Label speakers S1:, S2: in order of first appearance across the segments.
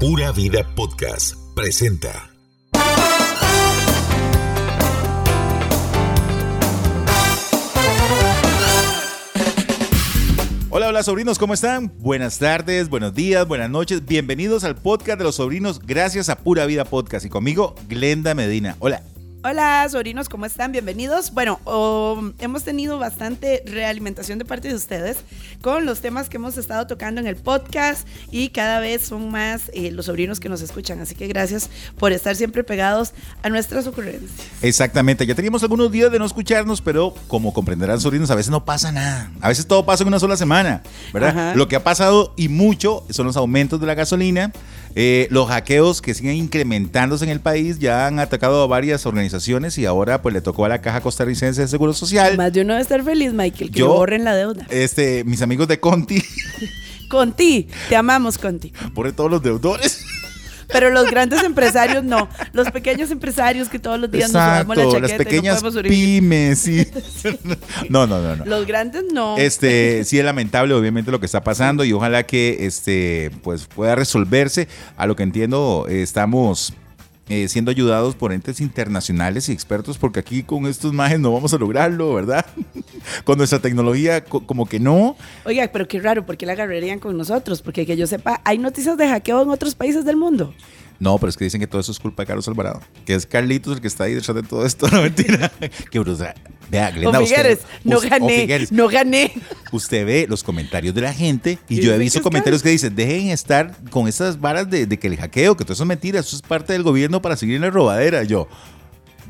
S1: Pura Vida Podcast presenta.
S2: Hola, hola sobrinos, ¿cómo están? Buenas tardes, buenos días, buenas noches. Bienvenidos al podcast de los sobrinos gracias a Pura Vida Podcast. Y conmigo, Glenda Medina. Hola.
S3: Hola, sobrinos, ¿cómo están? Bienvenidos. Bueno, um, hemos tenido bastante realimentación de parte de ustedes con los temas que hemos estado tocando en el podcast y cada vez son más eh, los sobrinos que nos escuchan. Así que gracias por estar siempre pegados a nuestras ocurrencias.
S2: Exactamente, ya teníamos algunos días de no escucharnos, pero como comprenderán sobrinos, a veces no pasa nada. A veces todo pasa en una sola semana, ¿verdad?
S3: Ajá.
S2: Lo que ha pasado y mucho son los aumentos de la gasolina, eh, los hackeos que siguen incrementándose en el país, ya han atacado a varias organizaciones y ahora pues le tocó a la Caja Costarricense de Seguro Social.
S3: Más de uno debe estar feliz, Michael, que
S2: Yo-
S3: le borren la deuda.
S2: Este, mis amigos de Conti,
S3: Conti, te amamos, Conti.
S2: por todos los deudores.
S3: Pero los grandes empresarios no. Los pequeños empresarios que todos los días nos
S2: Exacto,
S3: sudamos la
S2: las
S3: chaqueta y no
S2: pequeñas
S3: podemos sobrevivir.
S2: pymes, sí. No, no, no, no.
S3: Los grandes no.
S2: Este, sí es lamentable obviamente lo que está pasando y ojalá que este pues pueda resolverse. A lo que entiendo eh, estamos eh, siendo ayudados por entes internacionales y expertos porque aquí con estos mages no vamos a lograrlo, ¿verdad? con nuestra tecnología co- como que no.
S3: Oiga, pero qué raro, ¿por qué la agarrarían con nosotros? Porque que yo sepa, hay noticias de hackeo en otros países del mundo.
S2: No, pero es que dicen que todo eso es culpa de Carlos Alvarado, que es Carlitos el que está ahí detrás de todo esto, no mentira. Qué brutal. Vea, Glenda,
S3: o
S2: usted-
S3: Figueres, no
S2: usted- o
S3: gané,
S2: Figueres.
S3: no gané.
S2: usted ve los comentarios de la gente y
S3: Y
S2: yo he
S3: dice
S2: visto
S3: que es
S2: comentarios que dicen, dejen estar con esas varas de, de que el hackeo, que todo eso es mentira, eso es parte del gobierno para seguir en la robadera. Yo,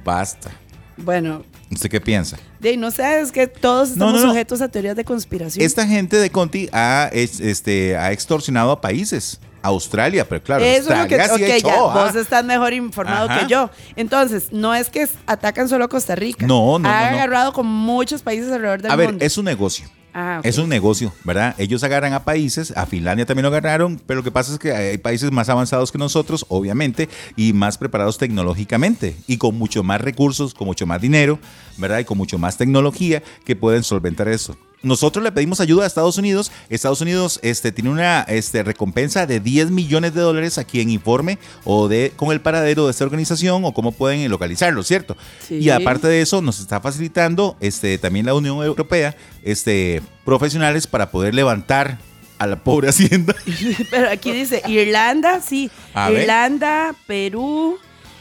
S2: basta.
S3: Bueno,
S2: ¿Usted qué piensa?
S3: de ahí no sé, es que todos
S2: No,
S3: estamos
S2: no, no.
S3: sujetos a teorías de conspiración.
S2: Esta gente de Conti ha, es- este, ha extorsionado a países. Australia, pero claro,
S3: Eso es lo que,
S2: Australia sí
S3: ok,
S2: echó,
S3: ya,
S2: ah.
S3: vos estás mejor informado
S2: Ajá.
S3: que yo. Entonces, no es que atacan solo a Costa Rica.
S2: No, no, no,
S3: Ha
S2: no.
S3: agarrado con muchos países alrededor del
S2: A ver,
S3: mundo.
S2: es un negocio.
S3: Ah, ok.
S2: Es un negocio, ¿verdad? Ellos agarran a países, a Finlandia también lo agarraron, pero lo que pasa es que hay países más avanzados que nosotros, obviamente, y más preparados tecnológicamente, y con mucho más recursos, con mucho más dinero, ¿verdad? Y con mucho más tecnología que pueden solventar eso. Nosotros le pedimos ayuda a Estados Unidos. Estados Unidos este, tiene una este, recompensa de 10 millones de dólares a quien informe o de con el paradero de esta organización o cómo pueden localizarlo, ¿cierto?
S3: Sí.
S2: Y aparte de eso, nos está facilitando este, también la Unión Europea este, profesionales para poder levantar a la pobre hacienda.
S3: Pero aquí dice Irlanda, sí.
S2: A ver.
S3: Irlanda, Perú.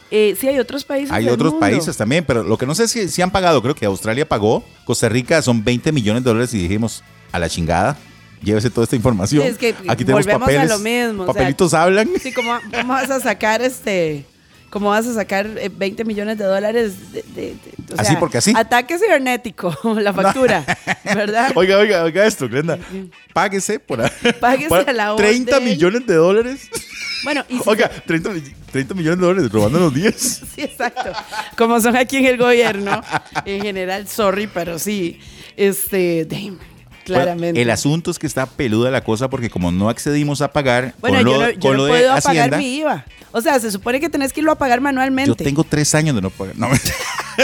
S3: eh, sí, hay otros países.
S2: Hay
S3: del
S2: otros
S3: mundo.
S2: países también, pero lo que no sé es si, si han pagado, creo que Australia pagó, Costa Rica son 20 millones de dólares y dijimos, a la chingada, llévese toda esta información.
S3: Es que
S2: Aquí tenemos
S3: volvemos a
S2: papeles,
S3: lo mismo, o sea,
S2: papelitos hablan.
S3: Sí, ¿cómo, cómo vas a sacar este... ¿Cómo vas a sacar eh, 20 millones de dólares? De, de- de- o
S2: Así porque así.
S3: Ataque cibernético, la factura, ¿verdad?
S2: Oiga, oiga, oiga esto, Glenda. Páguese por, a-
S3: Páguese
S2: por
S3: a la
S2: 30
S3: orden.
S2: millones de dólares.
S3: Bueno, y si-
S2: Oiga, 30, mi- 30 millones de dólares robándonos 10.
S3: sí, exacto. Como son aquí en el gobierno, en general, sorry, pero sí. Este, damn,
S2: Bueno,
S3: claramente.
S2: el asunto es que está peluda la cosa porque como no accedimos a pagar
S3: Bueno,
S2: con lo,
S3: yo no, yo
S2: con
S3: no
S2: lo de
S3: puedo
S2: Hacienda,
S3: apagar mi IVA. O sea, se supone que tenés que irlo a pagar manualmente.
S2: yo tengo tres años de no pagar. No, mentira.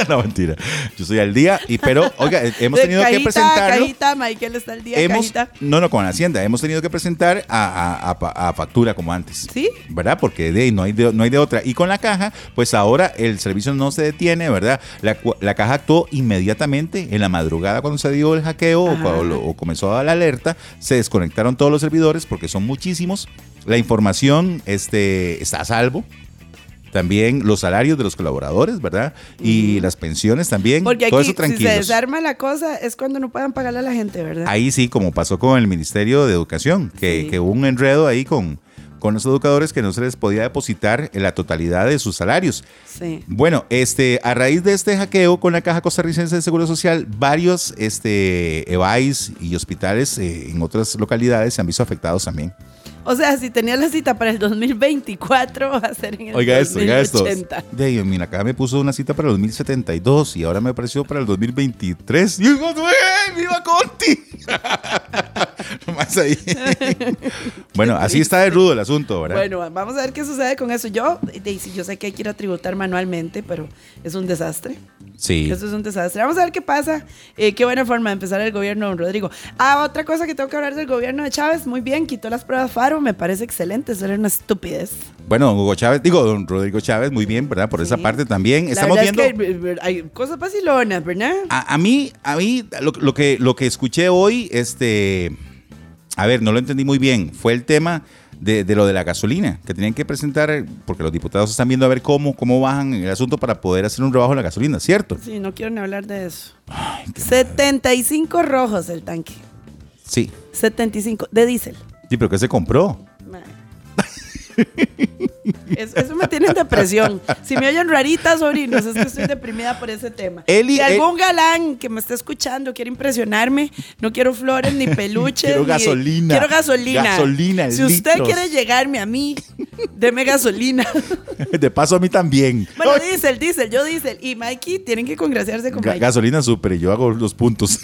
S2: No, mentira. Yo soy al día, y pero, oiga, hemos
S3: De
S2: tenido que
S3: cajita a
S2: presentarlo.
S3: Cajita, Michael está al día,
S2: Hemos,
S3: cajita.
S2: no, no, con Hacienda. Hemos tenido que presentar a, a- a pa- a factura como antes.
S3: ¿Sí?
S2: ¿Verdad? Porque de ahí no hay de, no hay de otra. Y con la caja, pues ahora el servicio no se detiene, ¿verdad? La, cu- la caja actuó inmediatamente en la madrugada cuando se dio el hackeo o,
S3: Ajá.
S2: cuando lo- o comenzó a dar la alerta. Se desconectaron todos los servidores porque son muchísimos. La información este, está a salvo. También los salarios de los colaboradores, ¿verdad? Y las pensiones también.
S3: Porque
S2: todo
S3: aquí,
S2: eso
S3: si
S2: tranquilo.
S3: se desarma la cosa, es cuando no puedan pagarle a la gente, ¿verdad?
S2: Ahí sí, como pasó con el Ministerio de Educación, que,
S3: Sí.
S2: que hubo un enredo ahí con, con los educadores que no se les podía depositar la totalidad de sus salarios.
S3: Sí.
S2: Bueno, este, a raíz de este hackeo con la Caja Costarricense de Seguro Social, varios este, EVAIS y hospitales eh, en otras localidades se han visto afectados también.
S3: O sea, si tenía la cita para el 2024, va a ser en el
S2: Oiga esto, oiga esto.
S3: 2080.
S2: De Dios mío, acá me puso una cita para el 2072 y ahora me apareció para el 2023. Y digo, "¡Eh, ¡Viva Conti! Más ahí. bueno, así está de rudo el asunto, ¿verdad?
S3: Bueno, vamos a ver qué sucede con eso. Yo, Daisy, yo sé que hay que ir a tributar manualmente, pero es un desastre.
S2: Sí.
S3: Eso es un desastre. Vamos a ver qué pasa. Eh, qué buena forma de empezar el gobierno, don Rodrigo. Ah, otra cosa que tengo que hablar del gobierno de Chávez. Muy bien, quitó las pruebas Faro. Me parece excelente. Eso era una estupidez.
S2: Bueno, don Hugo Chávez, digo, don Rodrigo Chávez, muy bien, ¿verdad? Por esa
S3: Sí.
S2: parte también.
S3: La
S2: Estamos
S3: verdad
S2: viendo.
S3: es que eh, eh, hay cosas vacilonas, ¿verdad?
S2: A, a mí, a mí lo, lo que, lo que escuché hoy, este, a ver, no lo entendí muy bien, fue el tema de, de lo de la gasolina, que tenían que presentar, porque los diputados están viendo a ver cómo, cómo bajan el asunto para poder hacer un rebajo de la gasolina, ¿cierto?
S3: Sí, no quiero ni hablar de eso. 75 rojos el tanque.
S2: Sí.
S3: 75 de diésel.
S2: Sí, pero ¿qué se compró?
S3: Mae. Eso, eso me tiene en depresión. Si me oyen raritas, sobrinos, es que estoy deprimida por ese tema.
S2: Eli,
S3: si
S2: eh-
S3: algún galán que me esté escuchando quiere impresionarme, no quiero flores ni peluches.
S2: Quiero
S3: ni-
S2: gasolina.
S3: Quiero gasolina.
S2: Gasolina,
S3: Si usted
S2: litros.
S3: quiere llegarme a mí, deme gasolina.
S2: De paso a mí también.
S3: bueno,
S2: Ay,
S3: diésel, diésel, yo diésel. Y Mikey, tienen que congraciarse con
S2: ga-
S3: Mikey.
S2: gasolina super, yo hago los puntos.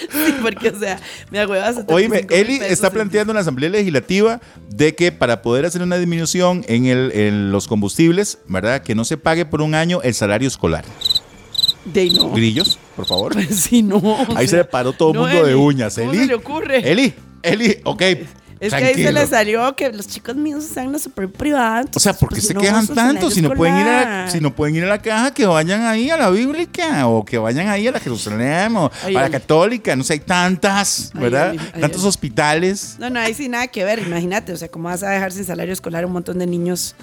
S3: Sí, porque, o sea, me agüeva
S2: Oíme, Eli está planteando en la Asamblea Legislativa de que para poder hacer una disminución en, el, en los combustibles, ¿verdad? Que no se pague por un año el salario escolar.
S3: De no.
S2: Grillos, por favor.
S3: Sí, Pues, no. o
S2: Ahí se
S3: sea,
S2: le paró todo el
S3: no,
S2: mundo de
S3: Eli,
S2: uñas,
S3: ¿cómo
S2: Eli.
S3: se le ocurre?
S2: Eli, Eli, ok.
S3: Es que ahí
S2: tranquilo.
S3: se le salió que los chicos míos están en la super pues, privada.
S2: O sea, ¿por qué se quejan tanto si no, pueden ir a, si no pueden ir a la caja? Que vayan ahí a la bíblica o que vayan ahí a la Jerusalén o
S3: Ay,
S2: a la
S3: Eli.
S2: católica. No sé, hay tantas,
S3: Ay,
S2: ¿verdad?
S3: Eli, ay,
S2: Tantos
S3: Eli.
S2: hospitales.
S3: No, no, ahí sí nada que ver, imagínate. O sea, ¿cómo vas a dejar sin salario escolar a un montón de niños?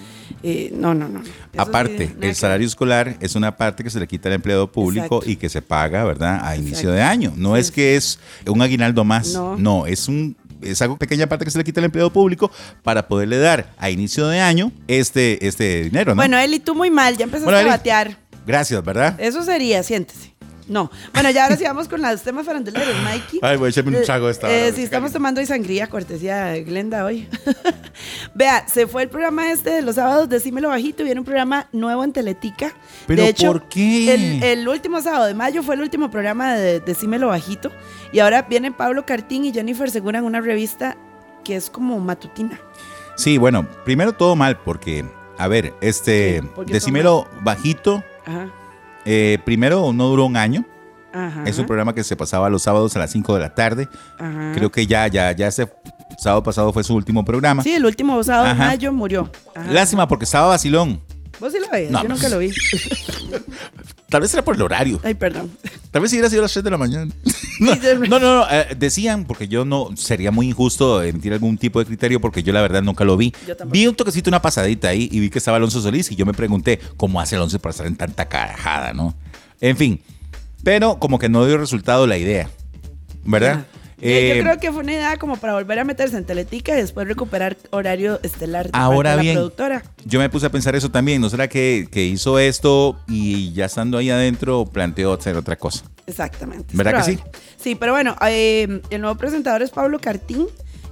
S3: Eh, no, no, no. Eso sí,
S2: Aparte,
S3: nada que
S2: el
S3: ver.
S2: salario escolar es una parte que se le quita al empleado público
S3: Exacto.
S2: y que se paga, ¿verdad? A inicio
S3: Exacto.
S2: de año. No es que es un aguinaldo más. No,
S3: No.
S2: es un es algo pequeña parte que se le quita al empleado público para poderle dar a inicio de año este este dinero, ¿no?
S3: Bueno, eh, Eli, tú muy mal, ya empezaste
S2: Bueno, Eli.
S3: a batear.
S2: Gracias, ¿verdad?
S3: Eso sería, siéntese. No. Bueno, ya ahora sí vamos con los temas faranduleros, Mikey.
S2: Ay, voy a echarme un
S3: Eh,
S2: trago de esta
S3: eh,
S2: hora,
S3: sí,
S2: porque
S3: estamos
S2: caliente.
S3: tomando hoy sangría, cortesía de Glenda hoy. Vea, se fue el programa este de los sábados, decímelo bajito, viene un programa nuevo en Teletica.
S2: Pero,
S3: de hecho,
S2: ¿por qué?
S3: El, el último sábado de mayo fue el último programa de Decímelo Bajito. Y ahora vienen Pablo Cartín y Jennifer Segura en una revista que es como matutina.
S2: Sí, bueno, primero todo mal porque a ver, este
S3: Sí, porque
S2: decímelo bajito,
S3: Ajá.
S2: eh, primero no duró un año,
S3: Ajá.
S2: es un programa que se pasaba los sábados a las 5 de la tarde.
S3: Ajá.
S2: Creo que ya ya ya ese sábado pasado fue su último programa.
S3: Sí, el último sábado de
S2: Ajá.
S3: mayo murió. Ajá.
S2: Lástima porque estaba vacilón.
S3: ¿Vos sí lo veías?
S2: No,
S3: Yo
S2: pues.
S3: nunca lo vi.
S2: Tal vez era por el horario.
S3: Ay, perdón.
S2: Tal vez si hubiera sido a las 3 de la mañana. No, no, no. no, eh, decían, porque yo no. Sería muy injusto emitir algún tipo de criterio, porque yo la verdad nunca lo vi.
S3: Yo tampoco.
S2: Vi un toquecito, una pasadita ahí, y vi que estaba Alonso Solís, y yo me pregunté, ¿cómo hace Alonso para estar en tanta carajada, no? En fin. Pero como que no dio resultado la idea. ¿Verdad?
S3: Eh,
S2: Eh,
S3: yo creo que fue una idea como para volver a meterse en Teletica y después recuperar horario estelar de
S2: Ahora
S3: parte de
S2: bien,
S3: la productora.
S2: yo me puse a pensar eso también. ¿No será que, que hizo esto y ya estando ahí adentro planteó hacer otra cosa?
S3: Exactamente. es
S2: ¿Verdad que
S3: probable. Sí, pero bueno, eh, el nuevo presentador es Pablo Cartín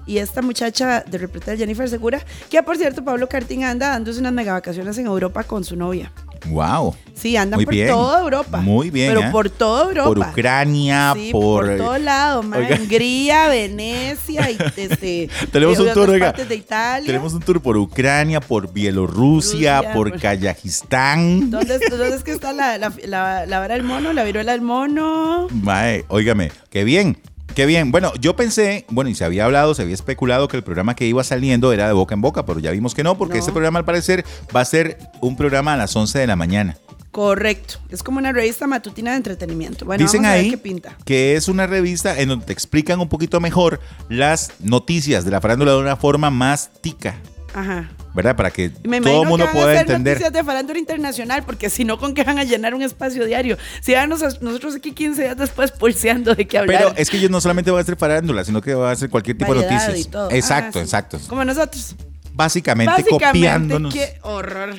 S3: y esta muchacha de repleta de Jennifer Segura, que por cierto, Pablo Cartín anda dándose unas mega vacaciones en Europa con su novia.
S2: ¡Wow!
S3: Sí, andan
S2: Muy
S3: por
S2: bien.
S3: toda Europa.
S2: Muy bien,
S3: Pero
S2: ¿eh?
S3: por toda Europa.
S2: Por Ucrania,
S3: Sí,
S2: Ah, por. eh,
S3: por, todo lado, ma,
S2: Oiga.
S3: Hungría, Venecia y este,
S2: Tenemos
S3: de
S2: un
S3: otras
S2: tour, oiga.
S3: partes de Italia.
S2: Tenemos un tour por Ucrania, por Bielorrusia,
S3: Rusia,
S2: por
S3: por-
S2: Kazajistán.
S3: ¿Dónde, es- dónde es que está la, la, la- la vara del mono, la viruela del mono?
S2: Mae, óigame, qué bien, qué bien. Bueno, yo pensé, bueno, y se había hablado, se había especulado que el programa que iba saliendo era de boca en boca, pero ya vimos que no, porque
S3: No.
S2: este programa al parecer va a ser un programa a las 11 de la mañana.
S3: Correcto. Es como una revista matutina de entretenimiento. Bueno,
S2: Dicen
S3: vamos a ver
S2: ahí
S3: qué pinta.
S2: que es una revista en donde te explican un poquito mejor las noticias de la farándula de una forma más tica,
S3: Ajá.
S2: ¿verdad? Para que
S3: Y Me
S2: todo el
S3: imagino
S2: mundo
S3: que van a
S2: pueda
S3: hacer
S2: entender.
S3: noticias de farándula internacional, porque si no, ¿con qué van a llenar un espacio diario? Si van nos- nosotros aquí 15 días después pulseando de qué hablar.
S2: Pero es que ellos no solamente van a hacer farándula, sino que van a hacer cualquier tipo
S3: Variedad
S2: de
S3: y
S2: noticias.
S3: todo.
S2: Exacto,
S3: Ah, sí.
S2: exacto.
S3: Como nosotros.
S2: Básicamente,
S3: Básicamente,
S2: copiándonos.
S3: qué horror.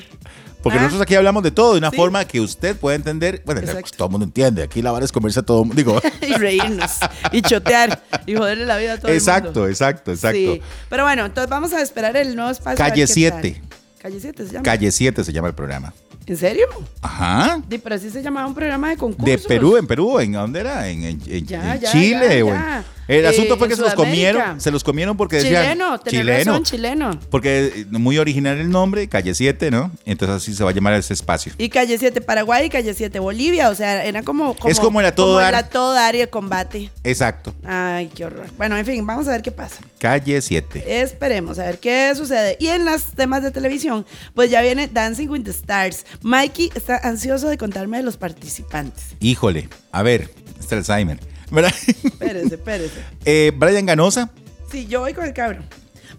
S2: Porque
S3: Ah.
S2: nosotros aquí hablamos de todo de una
S3: Sí.
S2: forma que usted puede entender. Bueno,
S3: Exacto.
S2: todo el mundo entiende. Aquí la vara es comerse a todo el mundo. Digo,
S3: Y reírnos, y chotear, y joderle la vida a todo el mundo.
S2: exacto, exacto, exacto.
S3: Sí. Pero bueno, entonces vamos a esperar el nuevo espacio. a ver
S2: Calle
S3: qué
S2: 7.
S3: tal. Calle 7 se llama.
S2: Calle 7 se llama el programa.
S3: ¿En serio?
S2: Ajá.
S3: Di, pero así se llamaba un programa de concursos.
S2: De Perú, en Perú, ¿en dónde era? En, en- en-
S3: Ya,
S2: en
S3: ya,
S2: Chile
S3: ya,
S2: o en-
S3: ya.
S2: El
S3: eh,
S2: asunto fue
S3: en
S2: que se los
S3: Sudamérica.
S2: comieron, se los comieron porque decían
S3: Chileno, tenés razón, chileno.
S2: Porque eh, muy original el nombre, calle 7, ¿no? Entonces así se va a llamar ese espacio.
S3: Y calle 7 Paraguay y calle 7 Bolivia, o sea, era como,
S2: Es como el a todo dar.
S3: el a todo dar y el combate.
S2: Exacto,
S3: Ay, qué horror. Bueno, en fin, vamos a ver qué pasa.
S2: calle 7.
S3: Esperemos a ver qué sucede. Y en los temas de televisión, pues ya viene Dancing with the Stars. Mikey está ansioso de contarme de los participantes.
S2: Híjole, a ver, está Alzheimer. ¿Verdad?
S3: Espérese, espérese.
S2: Eh, Brian Ganosa,
S3: Sí, yo voy con el cabro.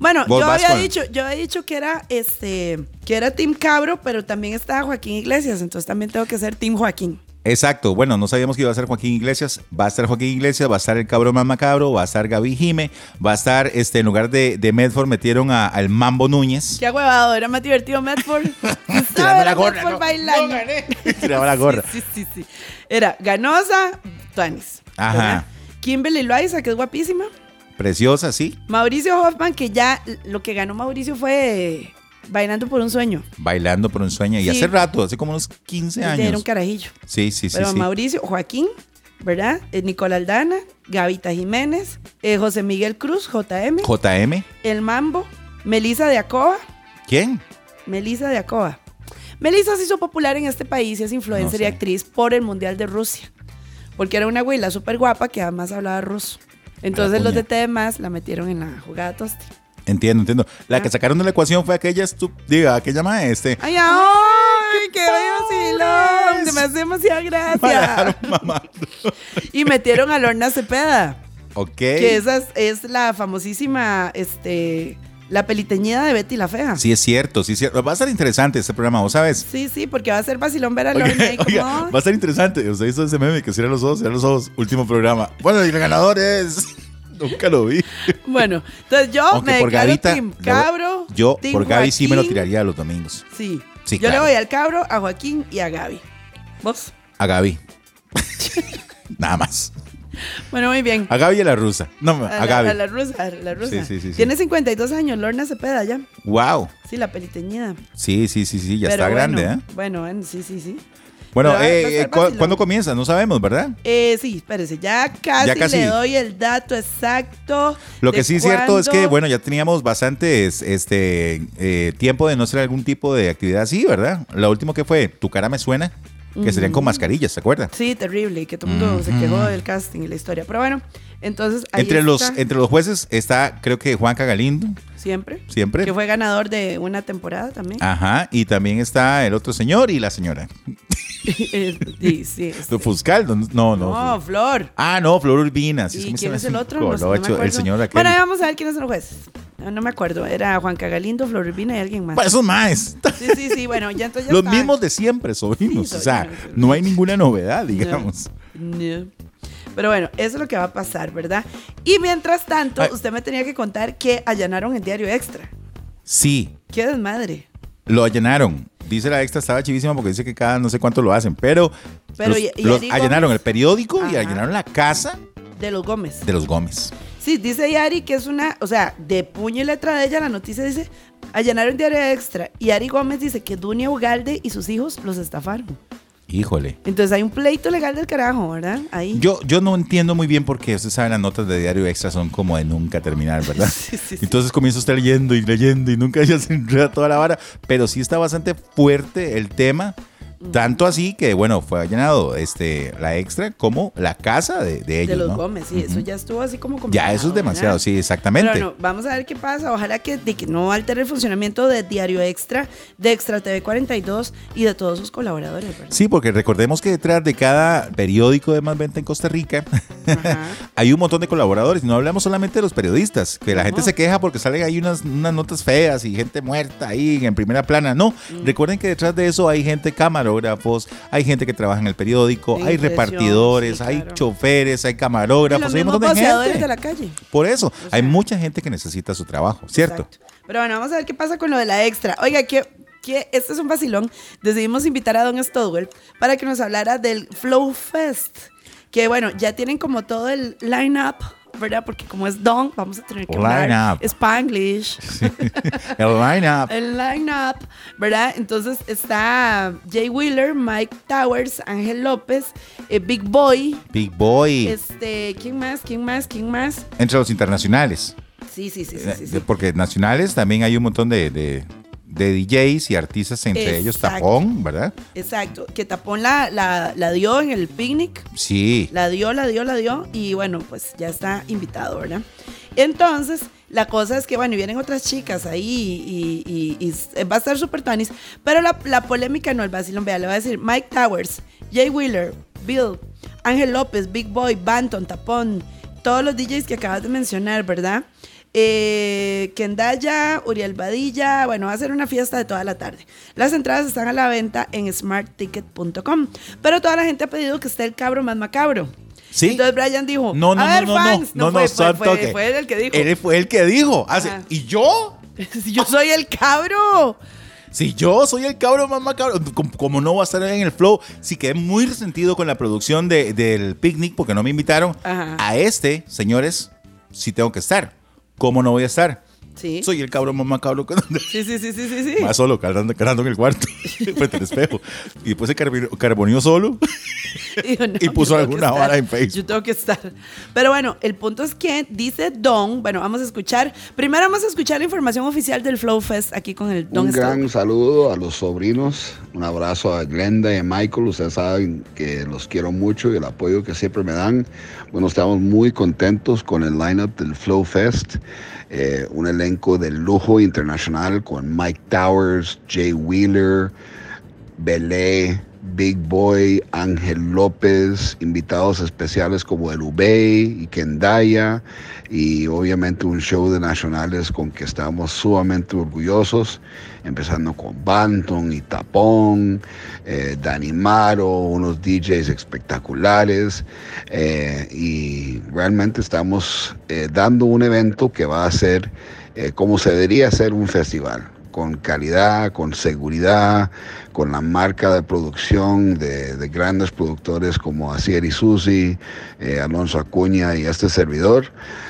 S3: Bueno,
S2: Vos
S3: yo
S2: vas
S3: había
S2: con-
S3: dicho, yo había dicho que era este, que era Team Cabro, pero también estaba Joaquín Iglesias, entonces también tengo que ser Team Joaquín.
S2: Exacto, bueno, no sabíamos que iba a ser Joaquín Iglesias, va a estar Joaquín Iglesias, va a estar el cabrón más macabro, va a estar Gaby Jime, va a estar, este, en lugar de, de Medford metieron a- al Mambo Núñez,
S3: Qué huevado, era más divertido Medford.
S2: Tirando la gorra,
S3: Medford
S2: ¿no?
S3: bailando.
S2: tiraba la gorra.
S3: Sí, sí, sí. Era Ganosa, Tuanis.
S2: Ajá.
S3: ¿verdad? Kimberly Loaiza, que es guapísima.
S2: Preciosa, sí,
S3: Mauricio Hoffman, que ya lo que ganó Mauricio fue Bailando por un sueño.
S2: bailando por un sueño. Y
S3: Sí.
S2: hace rato, hace como unos 15
S3: Este Era un
S2: años.
S3: carajillo.
S2: Sí, sí, sí.
S3: Pero
S2: sí.
S3: Mauricio, Joaquín, ¿verdad? Eh, Nicole Aldana, Gavita Jiménez, eh, José Miguel Cruz, JM,
S2: JM,
S3: El Mambo, Melisa de Acoba.
S2: ¿quién?
S3: Melisa de Acoba. Melisa se hizo popular en este país y es influencer
S2: No
S3: y
S2: sé.
S3: actriz por el Mundial de Rusia. Porque era una güila súper guapa que además hablaba ruso. Entonces
S2: la
S3: los de
S2: puña.
S3: TDMás la metieron en la jugada tosti.
S2: Entiendo, entiendo. La que
S3: Ah.
S2: sacaron de la ecuación fue aquella, estu- diga, aquella llama este?
S3: ¡Ay, ay! ¡Qué vacilón!
S2: pobres!
S3: Se me hace
S2: Para
S3: demasiada gracia.
S2: mamá.
S3: Y metieron a Lorna Cepeda.
S2: Ok.
S3: Que esa es, es la famosísima, este, la peliteñida de Betty la Fea.
S2: Sí, es cierto, sí es cierto. Va a ser interesante este programa, ¿vos sabes?
S3: sí, sí, porque va a ser vacilón ver a Lorna
S2: Oiga,
S3: ahí como,
S2: oiga, va a ser interesante. Usted hizo ese meme que cierra los ojos, cierra los ojos. Último programa. Bueno, y el ganador es. Nunca lo vi.
S3: Bueno, entonces yo
S2: Aunque
S3: me
S2: por
S3: declaro
S2: Gavita.
S3: team
S2: le-
S3: Cabro.
S2: yo
S3: team
S2: por Gaby sí me lo
S3: Joaquín.
S2: tiraría los domingos.
S3: Sí.
S2: Sí,
S3: yo
S2: claro.
S3: le voy al Cabro, a Joaquín y a Gaby. ¿Vos?
S2: A Gaby. Nada más.
S3: Bueno, muy bien.
S2: A Gaby y a la rusa. No, a,
S3: la,
S2: Gaby.
S3: a la rusa, a la rusa.
S2: Sí, sí, sí, sí.
S3: Tiene 52 años, Lorna Cepeda ya.
S2: Wow.
S3: Sí, la peliteñida.
S2: Sí, sí, sí, sí. Ya
S3: Pero
S2: está
S3: bueno,
S2: grande, ¿eh?
S3: Bueno, bueno, sí, sí, sí.
S2: Bueno,
S3: Pero va-
S2: eh,
S3: va a
S2: eh,
S3: estar
S2: ¿cu-
S3: vacilón.
S2: ¿cuándo comienza? No sabemos, ¿verdad?
S3: Eh, sí, espérese, ya casi,
S2: Ya casi.
S3: le doy el dato exacto.
S2: Lo que
S3: de
S2: sí es cierto es que,
S3: cuándo.
S2: bueno, ya teníamos bastante es- este, eh, tiempo de no hacer algún tipo de actividad así, ¿verdad? Lo último que fue, tu cara me suena, que serían con mascarillas, ¿se acuerdan?
S3: Sí, terrible, y que todo el mundo se quejó del casting y la historia. Pero bueno, entonces ahí
S2: Entre los,
S3: está,
S2: entre los jueces está, creo que Juanca Galindo,
S3: siempre,
S2: siempre.
S3: que fue ganador de una temporada también.
S2: Ajá, y también está el otro señor y la señora.
S3: Eh, sí, sí. este.
S2: Fuscal, no, no.
S3: No,
S2: no.
S3: Flor.
S2: Ah, no, Flor Urbina. sí,
S3: ¿Y
S2: que me
S3: quién es
S2: se
S3: el
S2: me-
S3: otro? No sé, no me
S2: Colocho, el
S3: acuerdo.
S2: señor aquel.
S3: Bueno, ahí vamos a ver quiénes son los jueces. No, no me acuerdo. Era Juan Cagalindo, Flor Urbina y alguien más.
S2: Bueno, esos más.
S3: Sí, sí, sí. Bueno, ya entonces ya
S2: Los
S3: está.
S2: mismos de siempre, sobrinos.
S3: Sí,
S2: o sea,
S3: sobrinos.
S2: no hay ninguna novedad,
S3: No,
S2: digamos.
S3: no. Pero bueno, eso es lo que va a pasar, ¿verdad? Y mientras tanto,
S2: Ay.
S3: usted me tenía que contar que allanaron el diario extra.
S2: Sí,
S3: ¡Qué desmadre!
S2: Lo allanaron. Dice la extra, estaba chivísima porque dice que cada no sé cuánto lo hacen, pero,
S3: Pero
S2: los,
S3: y- y
S2: los
S3: Ari
S2: allanaron el
S3: Gómez.
S2: periódico y
S3: Ajá.
S2: allanaron la casa
S3: De los Gómez.
S2: de los Gómez.
S3: Sí, dice Yari que es una, o sea, de puño y letra de ella, la noticia dice, allanaron diario extra. Y Yari Gómez dice que Dunia Ugalde y sus hijos los estafaron.
S2: Híjole.
S3: Entonces hay un pleito legal del carajo, ¿verdad? Ahí.
S2: Yo, yo no entiendo muy bien porque ustedes saben las notas de diario extra son como de nunca terminar, ¿verdad?
S3: Sí, sí, sí.
S2: Entonces comienza usted leyendo y leyendo y nunca ya se enreda toda la vara, pero sí está bastante fuerte el tema.
S3: Mm.
S2: Tanto así que, bueno, fue allanado este, la extra como la casa de, de ellos.
S3: de los
S2: ¿no?
S3: Gómez, sí, eso ya estuvo así como
S2: Ya, eso es
S3: complicado,
S2: demasiado,
S3: ¿verdad?
S2: sí, exactamente.
S3: Pero no, vamos a ver qué pasa. Ojalá que, de que no altere el funcionamiento de Diario Extra, de Extra TV 42 y de todos sus colaboradores, ¿verdad?
S2: Sí, porque recordemos que detrás de cada periódico de más venta en Costa Rica
S3: Ajá.
S2: hay un montón de colaboradores. No hablamos solamente de los periodistas, que la gente
S3: Ajá.
S2: se queja porque salen ahí unas, unas notas feas y gente muerta ahí en primera plana. No,
S3: Mm.
S2: recuerden que detrás de eso hay gente camarógrafos, hay gente que trabaja en el periódico,
S3: De
S2: hay
S3: impresión,
S2: repartidores,
S3: sí,
S2: hay
S3: claro.
S2: choferes, hay
S3: Y
S2: camarógrafos,
S3: los
S2: hay un
S3: mismos
S2: montón de
S3: voceadores
S2: gente.
S3: de la calle.
S2: Por eso, hay
S3: sea.
S2: mucha gente que necesita su trabajo, ¿cierto?
S3: Exacto. Pero bueno, vamos a ver qué pasa con lo de la extra. Oiga, que, que este es un vacilón. Decidimos invitar a Don Stodwell para que nos hablara del Flow Fest. Que bueno, ya tienen como todo el line-up ¿verdad? Porque como es don, vamos a tener que
S2: Line
S3: hablar
S2: up.
S3: Spanglish.
S2: El lineup.
S3: El line-up, ¿verdad? Entonces está Jay Wheeler, Mike Towers, Ángel López, eh, Big Boy.
S2: Big Boy.
S3: Este, ¿quién más? ¿Quién más? ¿Quién más?
S2: Entre los internacionales.
S3: Sí, sí, sí, sí, sí.
S2: Eh,
S3: sí.
S2: Porque nacionales también hay un montón de, de- de DJs y artistas, entre ellos
S3: Exacto.
S2: Tapón, ¿verdad?
S3: Exacto. Que Tapón la, la, la dio en el picnic.
S2: Sí.
S3: La dio, la dio, la dio. Y bueno, pues ya está invitado, ¿verdad? Entonces, la cosa es que, bueno, y vienen otras chicas ahí y, y- y s- va a estar súper tanis. Pero la, la polémica no, el vacilón, vea, le va a decir Mike Towers, Jay Wheeler, Bill, Ángel López, Big Boy, Banton, Tapón, todos los DJs que acabas de mencionar, ¿verdad? Eh, Kendaya, Uriel Badilla, bueno, va a ser una fiesta de toda la tarde. Las entradas están a la venta en smartticket.com, pero toda la gente ha pedido que esté el cabro más macabro.
S2: Sí.
S3: Entonces Brian dijo,
S2: No, no,
S3: a ver,
S2: no, no,
S3: fans,
S2: no, no,
S3: fue,
S2: no,
S3: fue,
S2: son
S3: fue-
S2: toque.
S3: fue él el que dijo. Ah.
S2: Él fue el que dijo. Hace-
S3: Ajá.
S2: ¿Y yo?
S3: Si yo soy el cabro.
S2: Si yo soy el cabro mamá cabro, como, como no va a estar en el flow, sí quedé muy resentido con la producción de- del picnic porque no me invitaron.
S3: Ajá.
S2: A este, señores, sí tengo que estar. ¿Cómo no voy a estar?
S3: Sí.
S2: Soy el cabro mamá cabro.
S3: Sí, sí, sí, sí, sí, sí.
S2: Más solo, cargando, cargando en el cuarto, frente al espejo. Y después se carbonio- carbonió solo.
S3: Dijo, no,
S2: Y puso
S3: yo tengo
S2: alguna
S3: que
S2: vara
S3: estar,
S2: en Facebook.
S3: Yo tengo que estar. Pero bueno, el punto es que dice Don, bueno, vamos a escuchar, primero vamos a escuchar la información oficial del Flow Fest aquí con el Don
S4: Un
S3: Stout.
S4: gran saludo a los sobrinos, un abrazo a Glenda y a Michael, ustedes saben que los quiero mucho y el apoyo que siempre me dan. Bueno, estamos muy contentos con el lineup del Flow Fest, eh, un elenco de lujo internacional con Mike Towers, Jay Wheeler, Belé, Big Boy, Ángel López, invitados especiales como el Ubey y Kendaya, y obviamente un show de nacionales con que estamos sumamente orgullosos, empezando con Banton y Tapón, eh, Dani Maro, unos DJs espectaculares, eh, y realmente estamos eh, dando un evento que va a ser eh, como se debería ser un festival con calidad, con seguridad, con la marca de producción de, de grandes productores como Asier y Susi, eh, Alonso Acuña y este servidor.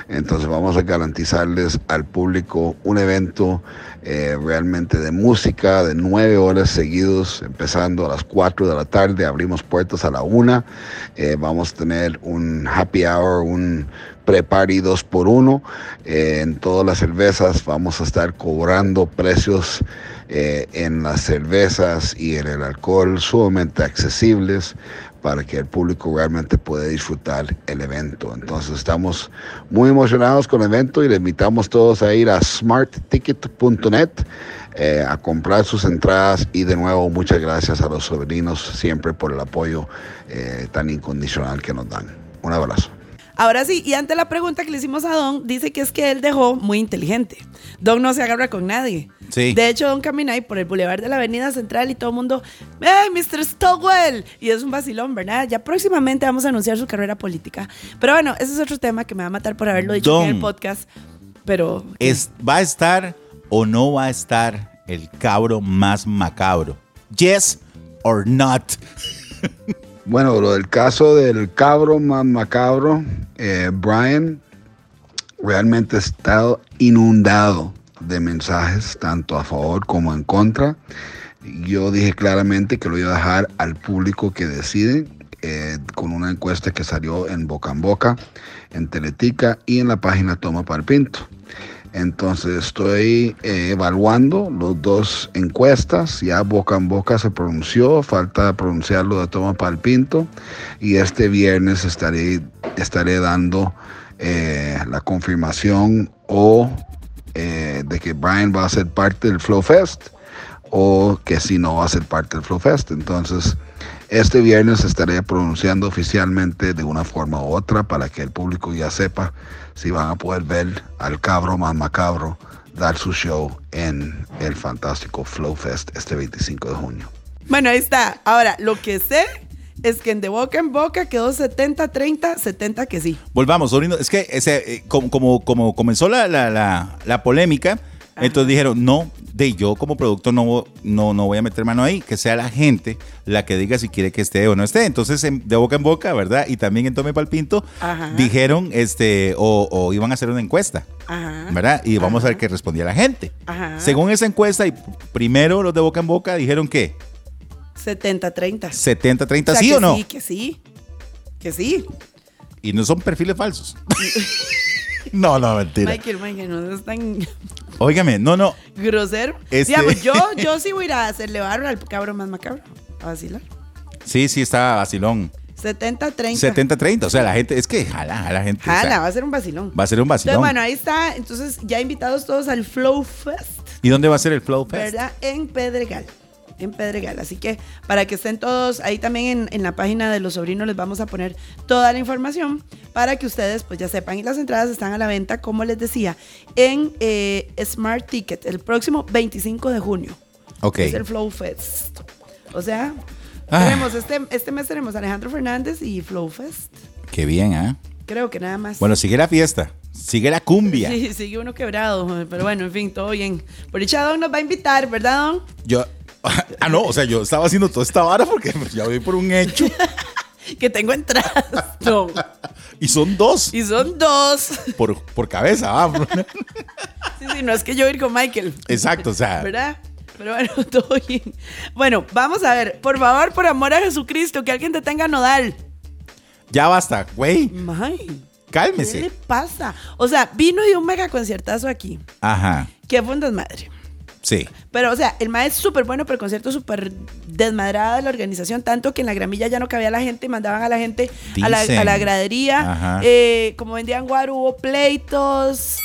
S4: Entonces vamos a garantizarles al público un evento eh, realmente de música de nueve horas seguidos, empezando a las 4 de la tarde, abrimos puertas a la una, Eh, vamos a tener un happy hour, un pre-party 2 por 1 en todas las cervezas vamos a estar cobrando precios eh, en las cervezas y en el alcohol sumamente accesibles para que el público realmente pueda disfrutar el evento. Entonces estamos muy emocionados con el evento y le invitamos todos a ir a smartticket.net eh, a comprar sus entradas y de nuevo muchas gracias a los sobrinos siempre por el apoyo eh, tan incondicional que nos dan. Un abrazo.
S3: Ahora sí, y ante la pregunta que le hicimos a Don, dice que es que él dejó muy inteligente. Don no se agarra con nadie.
S2: Sí.
S3: De hecho, Don camina ahí por el bulevar de la Avenida Central y todo el mundo, ¡Hey, Mr. Stowell! Y es un vacilón, ¿verdad? Ya próximamente vamos a anunciar su carrera política. Pero bueno, ese es otro tema que me va a matar por haberlo dicho aquí en
S2: Don.
S3: el podcast. Pero
S2: Es, ¿Va a estar o no va a estar el cabro más macabro? Yes or not.
S4: Bueno, lo del caso del cabro más macabro, eh, Brian realmente ha estado inundado de mensajes, tanto a favor como en contra. Yo dije claramente que lo iba a dejar al público que decide, eh, con una encuesta que salió en Boca en Boca, en Teletica y en la página Toma Palpinto. Entonces estoy eh, evaluando los dos encuestas, ya boca en boca se pronunció, falta pronunciarlo de toma palpinto y este viernes estaré, estaré dando eh, la confirmación o eh, de que Brian va a ser parte del Flow Fest o que si no va a ser parte del Flow Fest. Entonces este viernes estaré pronunciando oficialmente de una forma u otra para que el público ya sepa si van a poder ver al cabro más macabro dar su show en el fantástico Flow Fest este 25 de junio.
S3: Bueno, ahí está. Ahora, lo que sé es que en de boca en boca quedó 70-30, 70 que sí.
S2: Volvamos, sobrino. Es que ese, eh, como, como, como comenzó la, la, la- la polémica, Entonces dijeron, no, de yo como producto no, no, no voy a meter mano ahí, que sea la gente la que diga si quiere que esté o no esté. Entonces, en- de boca en boca, ¿verdad? Y también en Tome Palpinto,
S3: Ajá.
S2: dijeron, este, o, o iban a hacer una encuesta,
S3: Ajá.
S2: ¿verdad? Y vamos a ver
S3: Ajá.
S2: qué respondía la gente.
S3: Ajá.
S2: Según esa encuesta, y primero los de boca en boca dijeron que
S3: 70-30.
S2: 70-30
S3: O sea,
S2: sí
S3: que
S2: o no.
S3: Sí, que sí. Que sí.
S2: Y no son perfiles falsos. no, no, mentira.
S3: Michael, Michael, no es tan
S2: Óigame, no, no.
S3: grosero.
S2: Este-
S3: Digamos, yo, yo sí voy a ir a hacerle barro al cabro más macabro. A vacilar.
S2: Sí, sí, está vacilón.
S3: 70-30.
S2: 70-30. O sea, la gente, es que jala, jala gente. o sea,
S3: Jala, va a ser un vacilón.
S2: va a ser un
S3: Entonces,
S2: vacilón.
S3: bueno, ahí está. Entonces, ya invitados todos al Flow Fest,
S2: ¿Y dónde va a ser el Flow Fest?
S3: ¿verdad? En Pedregal. En Pedregal. Así que para que estén todos ahí también en, en la página de los sobrinos les vamos a poner toda la información para que ustedes pues ya sepan. Y las entradas están a la venta, como les decía, en eh, Smart Ticket el próximo 25 de junio.
S2: Ok.
S3: Es el Flow Fest. O sea,
S2: Ah.
S3: tenemos este, este mes tenemos a Alejandro Fernández y Flow Fest.
S2: Qué bien, ¿ah?
S3: Creo que nada más.
S2: Bueno, sigue la fiesta. Sigue la cumbia.
S3: Sí, sigue uno quebrado, pero bueno, en fin, todo bien. Por dicha, Don nos va a invitar, ¿verdad, Don?
S2: Yo. Ah, no, o sea, yo estaba haciendo toda esta vara porque ya voy por un hecho.
S3: Que tengo entradas, Don.
S2: Y son dos
S3: Y son dos. Sí,
S2: por, por cabeza, vamos.
S3: sí, no es que yo ir con Michael.
S2: Exacto, o sea.
S3: ¿Verdad? Pero bueno, todo bien. Bueno, vamos a ver. Por favor, por amor a Jesucristo, que alguien te tenga nodal.
S2: Ya basta, güey.
S3: May, ¿qué le
S2: Cálmese.
S3: pasa? O sea, vino y dio un mega conciertazo aquí.
S2: Ajá.
S3: Que fue un desmadre.
S2: Sí.
S3: Pero, o sea, el maestro es súper bueno, pero el concierto súper desmadrada de la organización, tanto que en la gramilla ya no cabía la gente, mandaban a la gente a la,
S2: Dicen.
S3: a la gradería.
S2: Ajá.
S3: Eh, como vendían guaro, hubo pleitos.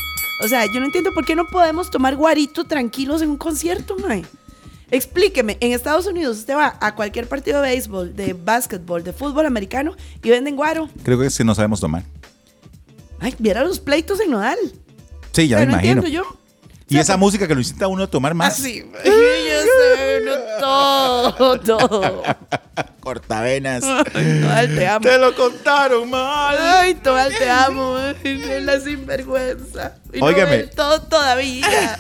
S3: O sea, yo no entiendo por qué no podemos tomar guarito tranquilos en un concierto, mae. Explíqueme, en Estados Unidos usted va a cualquier partido de béisbol, de básquetbol, de fútbol americano y venden guaro.
S2: Creo que sí no sabemos tomar.
S3: Ay, viera los pleitos en Nodal.
S2: Sí, ya
S3: O sea,
S2: me
S3: no
S2: imagino.
S3: entiendo yo.
S2: Y esa música que lo incita a uno a tomar más.
S3: Así, yo sé, no, todo, todo.
S2: Cortavenas.
S3: Ay, Toal, te amo.
S2: lo contaron mal.
S3: Ay, Toal, te amo. Ay, la sinvergüenza. Y no
S2: Óigame.
S3: ver todo todavía.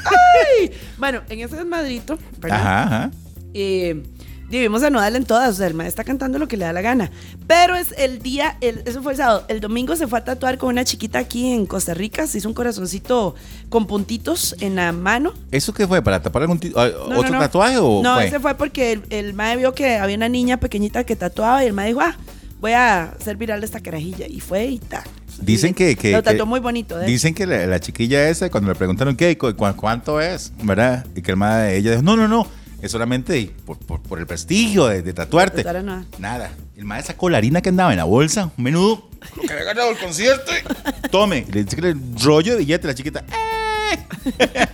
S3: Ay. Bueno, en ese desmadrito, ¿verdad?
S2: Ajá, ajá.
S3: Eh, vivimos a Nodal en todas. O sea, el maestro está cantando lo que le da la gana. Pero es el día, el- eso fue el sábado. El domingo se fue a tatuar con una chiquita aquí en Costa Rica. Se hizo un corazoncito con puntitos en la mano.
S2: ¿Eso qué fue? ¿Para tapar algún ti- ah,
S3: No,
S2: otro
S3: no, no.
S2: tatuaje o
S3: No,
S2: fue?
S3: ese fue porque el, el mae vio que había una niña pequeñita que tatuaba y el mae dijo, ah, voy a hacer viral esta carajilla. Y fue y tal.
S2: Dicen que, que-
S3: Lo tatuó
S2: que-
S3: muy bonito. ¿eh?
S2: Dicen que la, la chiquilla esa, cuando le preguntaron qué, cu- cu- cuánto es, ¿verdad? Y que el madre de ella dijo, no, no, no, es solamente por, por- por el prestigio de, de tatuarte.
S3: Tatuar a Noah.
S2: Nada. El madre sacó la harina que andaba en la bolsa, un menudo. Lo que había ganado el concierto. ¿eh? Tome. Y Le dice que el rollo de billete, la chiquita. "Eh".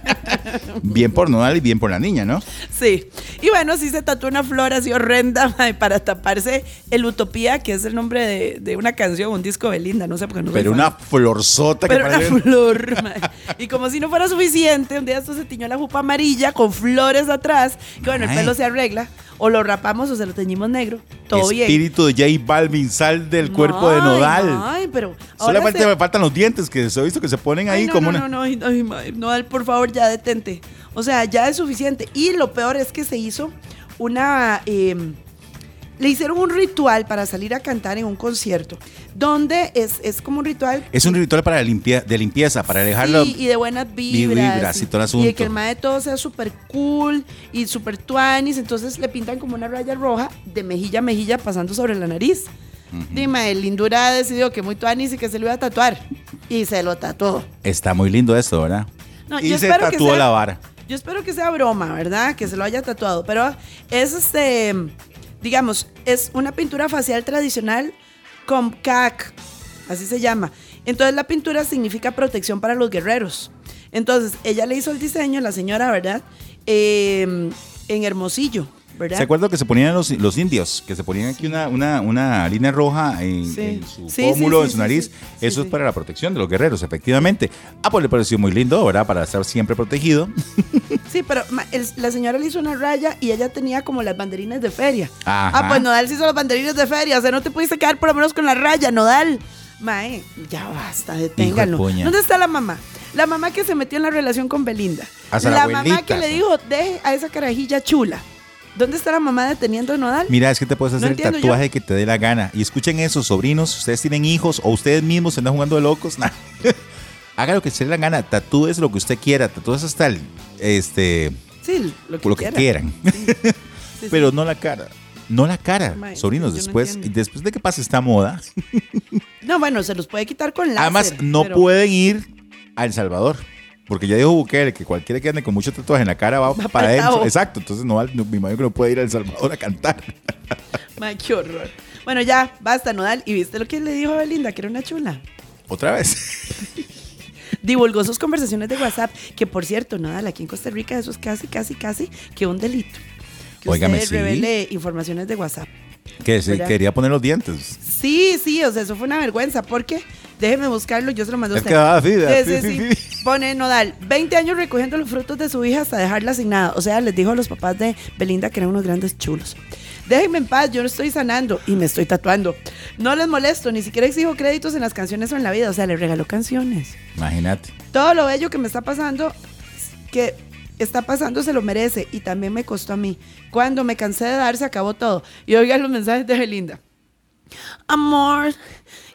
S2: bien por Nodal y bien por la niña, ¿no?
S3: Sí. Y bueno, sí se tatuó una flor así horrenda mae, para taparse el Utopía, que es el nombre de, de una canción, un disco de Linda, no sé por qué no soy
S2: Pero
S3: fan.
S2: una florzota que
S3: Pero una
S2: parece-
S3: flor. mae. Y como si no fuera suficiente, un día esto se tiñó la jupa amarilla con flores atrás. Que bueno, el
S2: Ay.
S3: pelo se arregla. O lo rapamos o se lo teñimos negro. Todo bien.
S2: Espíritu de J Balvin, sal del cuerpo de
S3: Ay,
S2: Nodal.
S3: Ay, pero. ahora
S2: Solamente
S3: se-
S2: me faltan los dientes que se ha visto que se ponen ahí
S3: Ay, no,
S2: como
S3: no,
S2: una.
S3: No, no, ay, ay, madre, Nodal, por favor, ya detente. O sea, ya es suficiente. Y lo peor es que se hizo una. em, le hicieron un ritual para salir a cantar en un concierto, donde es, es como un ritual.
S2: Es un ritual para limpia, de limpieza, para dejarlo.
S3: Sí, y de buenas vibras.
S2: vibras y todo el
S3: Y de
S2: asunto.
S3: que el mae todo sea súper cool y súper tuanis. Entonces le pintan como una raya roja de mejilla a mejilla pasando sobre la nariz. Dime, el Lindura decidió que muy tuanis y que se lo iba a tatuar. Y se lo tatuó.
S2: Está muy lindo esto, ¿verdad?
S3: No,
S2: y
S3: yo
S2: se
S3: espero que
S2: tatuó
S3: sea-
S2: la vara.
S3: Yo espero que sea broma, ¿verdad? Que se lo haya tatuado. Pero es este, digamos, es una pintura facial tradicional con cac, así se llama. Entonces la pintura significa protección para los guerreros. Entonces ella le hizo el diseño, la señora, ¿verdad? Eh, en Hermosillo, ¿verdad?
S2: ¿Se acuerdan que se ponían los, los indios? Que se ponían aquí una, una, una línea roja en,
S3: Sí.
S2: en su
S3: Sí,
S2: pómulo,
S3: sí, sí,
S2: en su
S3: sí,
S2: nariz.
S3: sí. Sí,
S2: Eso
S3: sí.
S2: es para la protección de los guerreros, efectivamente. Ah, pues le pareció muy lindo, ¿verdad? Para estar siempre protegido.
S3: Sí, pero ma- el- la señora le hizo una raya y ella tenía como las banderinas de feria.
S2: Ajá.
S3: Ah, pues Nodal se hizo las banderines de feria. O sea, no te pudiste quedar por lo menos con la raya, Nodal. Mae, ya basta, deténganlo.
S2: puña.
S3: ¿Dónde está la mamá? La mamá que se metió en la relación con Belinda.
S2: Hasta la
S3: la mamá
S2: abuelita,
S3: que le
S2: sí.
S3: dijo, deje a esa carajilla chula. ¿Dónde está la mamá deteniendo a Nodal?
S2: Mira, es que te puedes
S3: No
S2: hacer el
S3: entiendo
S2: tatuaje que te dé la gana. Y escuchen eso, sobrinos, si ustedes tienen hijos o ustedes mismos se andan jugando de locos, nah. haga lo que se dé la gana, tatúes lo que usted quiera, tatúes hasta el, este,
S3: sí, lo que,
S2: lo que
S3: quiera.
S2: quieran,
S3: Sí, sí.
S2: pero no la cara. No la cara,
S3: Mae,
S2: sobrinos,
S3: yo no
S2: después,
S3: entiendo.
S2: después de que pase esta moda,
S3: No, bueno, se los puede quitar con láser.
S2: además no
S3: pero
S2: pueden ir a El Salvador. Porque ya dijo Bukele que cualquiera que ande con mucho tatuaje en la cara va, para
S3: apretado.
S2: adentro. Exacto, entonces no, va- no- me imagino que no puede ir a El Salvador a cantar.
S3: Mae, qué horror. Bueno, ya, basta, Nodal. ¿Y viste lo que le dijo a Belinda, que era una chula?
S2: Otra vez.
S3: Divulgó sus conversaciones de WhatsApp, que por cierto, Nodal, aquí en Costa Rica eso es casi, casi, casi que un delito. Que
S2: Óigame,
S3: usted
S2: sí.
S3: revele informaciones de WhatsApp.
S2: Que se
S3: ¿Verdad?
S2: quería poner los dientes.
S3: Sí, sí, o sea, eso fue una vergüenza, porque déjeme buscarlo, yo se lo mando a
S2: Es
S3: usted.
S2: que va así, da,
S3: Sí,
S2: pi,
S3: sí,
S2: pi,
S3: sí. Pone Nodal, 20 años recogiendo los frutos de su hija hasta dejarla sin nada. O sea, les dijo a los papás de Belinda que eran unos grandes chulos. Déjenme en paz, yo no estoy sanando y me estoy tatuando. No les molesto, ni siquiera exijo créditos en las canciones o en la vida. O sea, le regaló canciones.
S2: Imagínate.
S3: Todo lo bello que me está pasando, que está pasando, se lo merece y también me costó a mí. Cuando me cansé de dar, se acabó todo. Y oigan los mensajes de Belinda. Amor,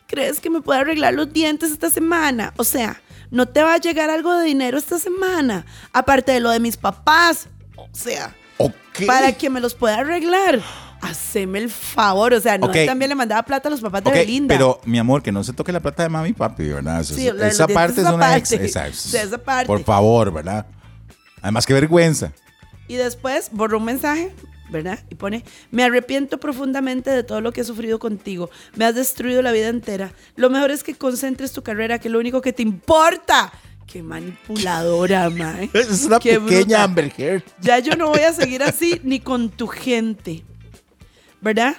S3: ¿crees que me puedo arreglar los dientes esta semana? O sea, no te va a llegar algo de dinero esta semana, aparte de lo de mis papás. O sea,
S2: Ok.
S3: para que me los pueda arreglar. Haceme el favor, o sea, no
S2: Ok.
S3: también le mandaba plata a los papás de
S2: Ok,
S3: Belinda.
S2: pero mi amor, que no se toque la plata de mami y papi, ¿verdad? Eso-
S3: Sí, la de los
S2: esa
S3: dientes
S2: parte
S3: es
S2: es una
S3: aparte.
S2: ex- esa-
S3: Sí, esa parte.
S2: Por favor, ¿verdad? Además, qué vergüenza.
S3: Y después borró un mensaje, ¿verdad? Y pone, me arrepiento profundamente de todo lo que he sufrido contigo. Me has destruido la vida entera. Lo mejor es que concentres tu carrera, que es lo único que te importa. Qué manipuladora, mae.
S2: Es una
S3: Qué
S2: pequeña
S3: bruta.
S2: Amber Heard.
S3: Ya yo no voy a seguir así ni con tu gente. ¿Verdad?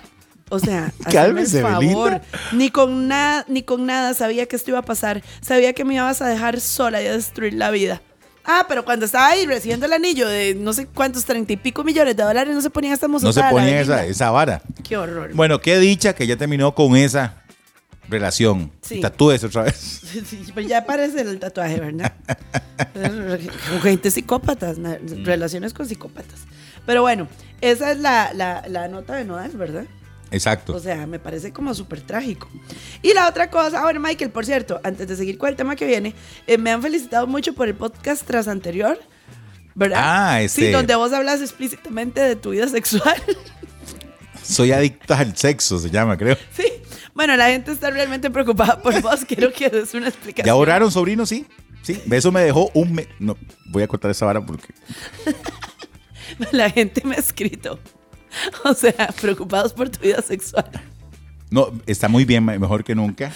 S3: O sea, hazme
S2: Cálmese,
S3: el favor.
S2: Belinda.
S3: Ni con nada, ni con nada sabía que esto iba a pasar. Sabía que me ibas a dejar sola y a destruir la vida. Ah, pero cuando estaba ahí recibiendo el anillo de no sé cuántos, treinta y pico millones de dólares, no se ponían estas
S2: No
S3: músicas.
S2: se ponía esa, esa vara.
S3: Qué horror.
S2: Bueno, qué dicha que ya terminó con esa relación.
S3: Sí.
S2: Tatúes otra vez.
S3: Sí, sí, pero Pues ya parece el tatuaje, ¿verdad? con gente psicópatas, na-
S2: Mm.
S3: relaciones con psicópatas. Pero bueno, esa es la, la- la nota de Nodal, ¿verdad?
S2: Exacto.
S3: O sea, me parece como súper trágico. Y la otra cosa, ah, bueno, Michael, por cierto, antes de seguir con el tema que viene, eh, me han felicitado mucho por el podcast tras anterior, ¿verdad?
S2: Ah, este-
S3: Sí, donde vos hablas explícitamente de tu vida sexual.
S2: Soy adicta al sexo, se llama, creo.
S3: sí. Bueno, la gente está realmente preocupada por vos, quiero que des una explicación.
S2: ¿Ya oraron, sobrino? Sí. Sí. Eso me dejó un mes. No, voy a cortar esa vara porque.
S3: La gente me ha escrito. O sea, preocupados por tu vida sexual.
S2: No, está muy bien, me- mejor que nunca.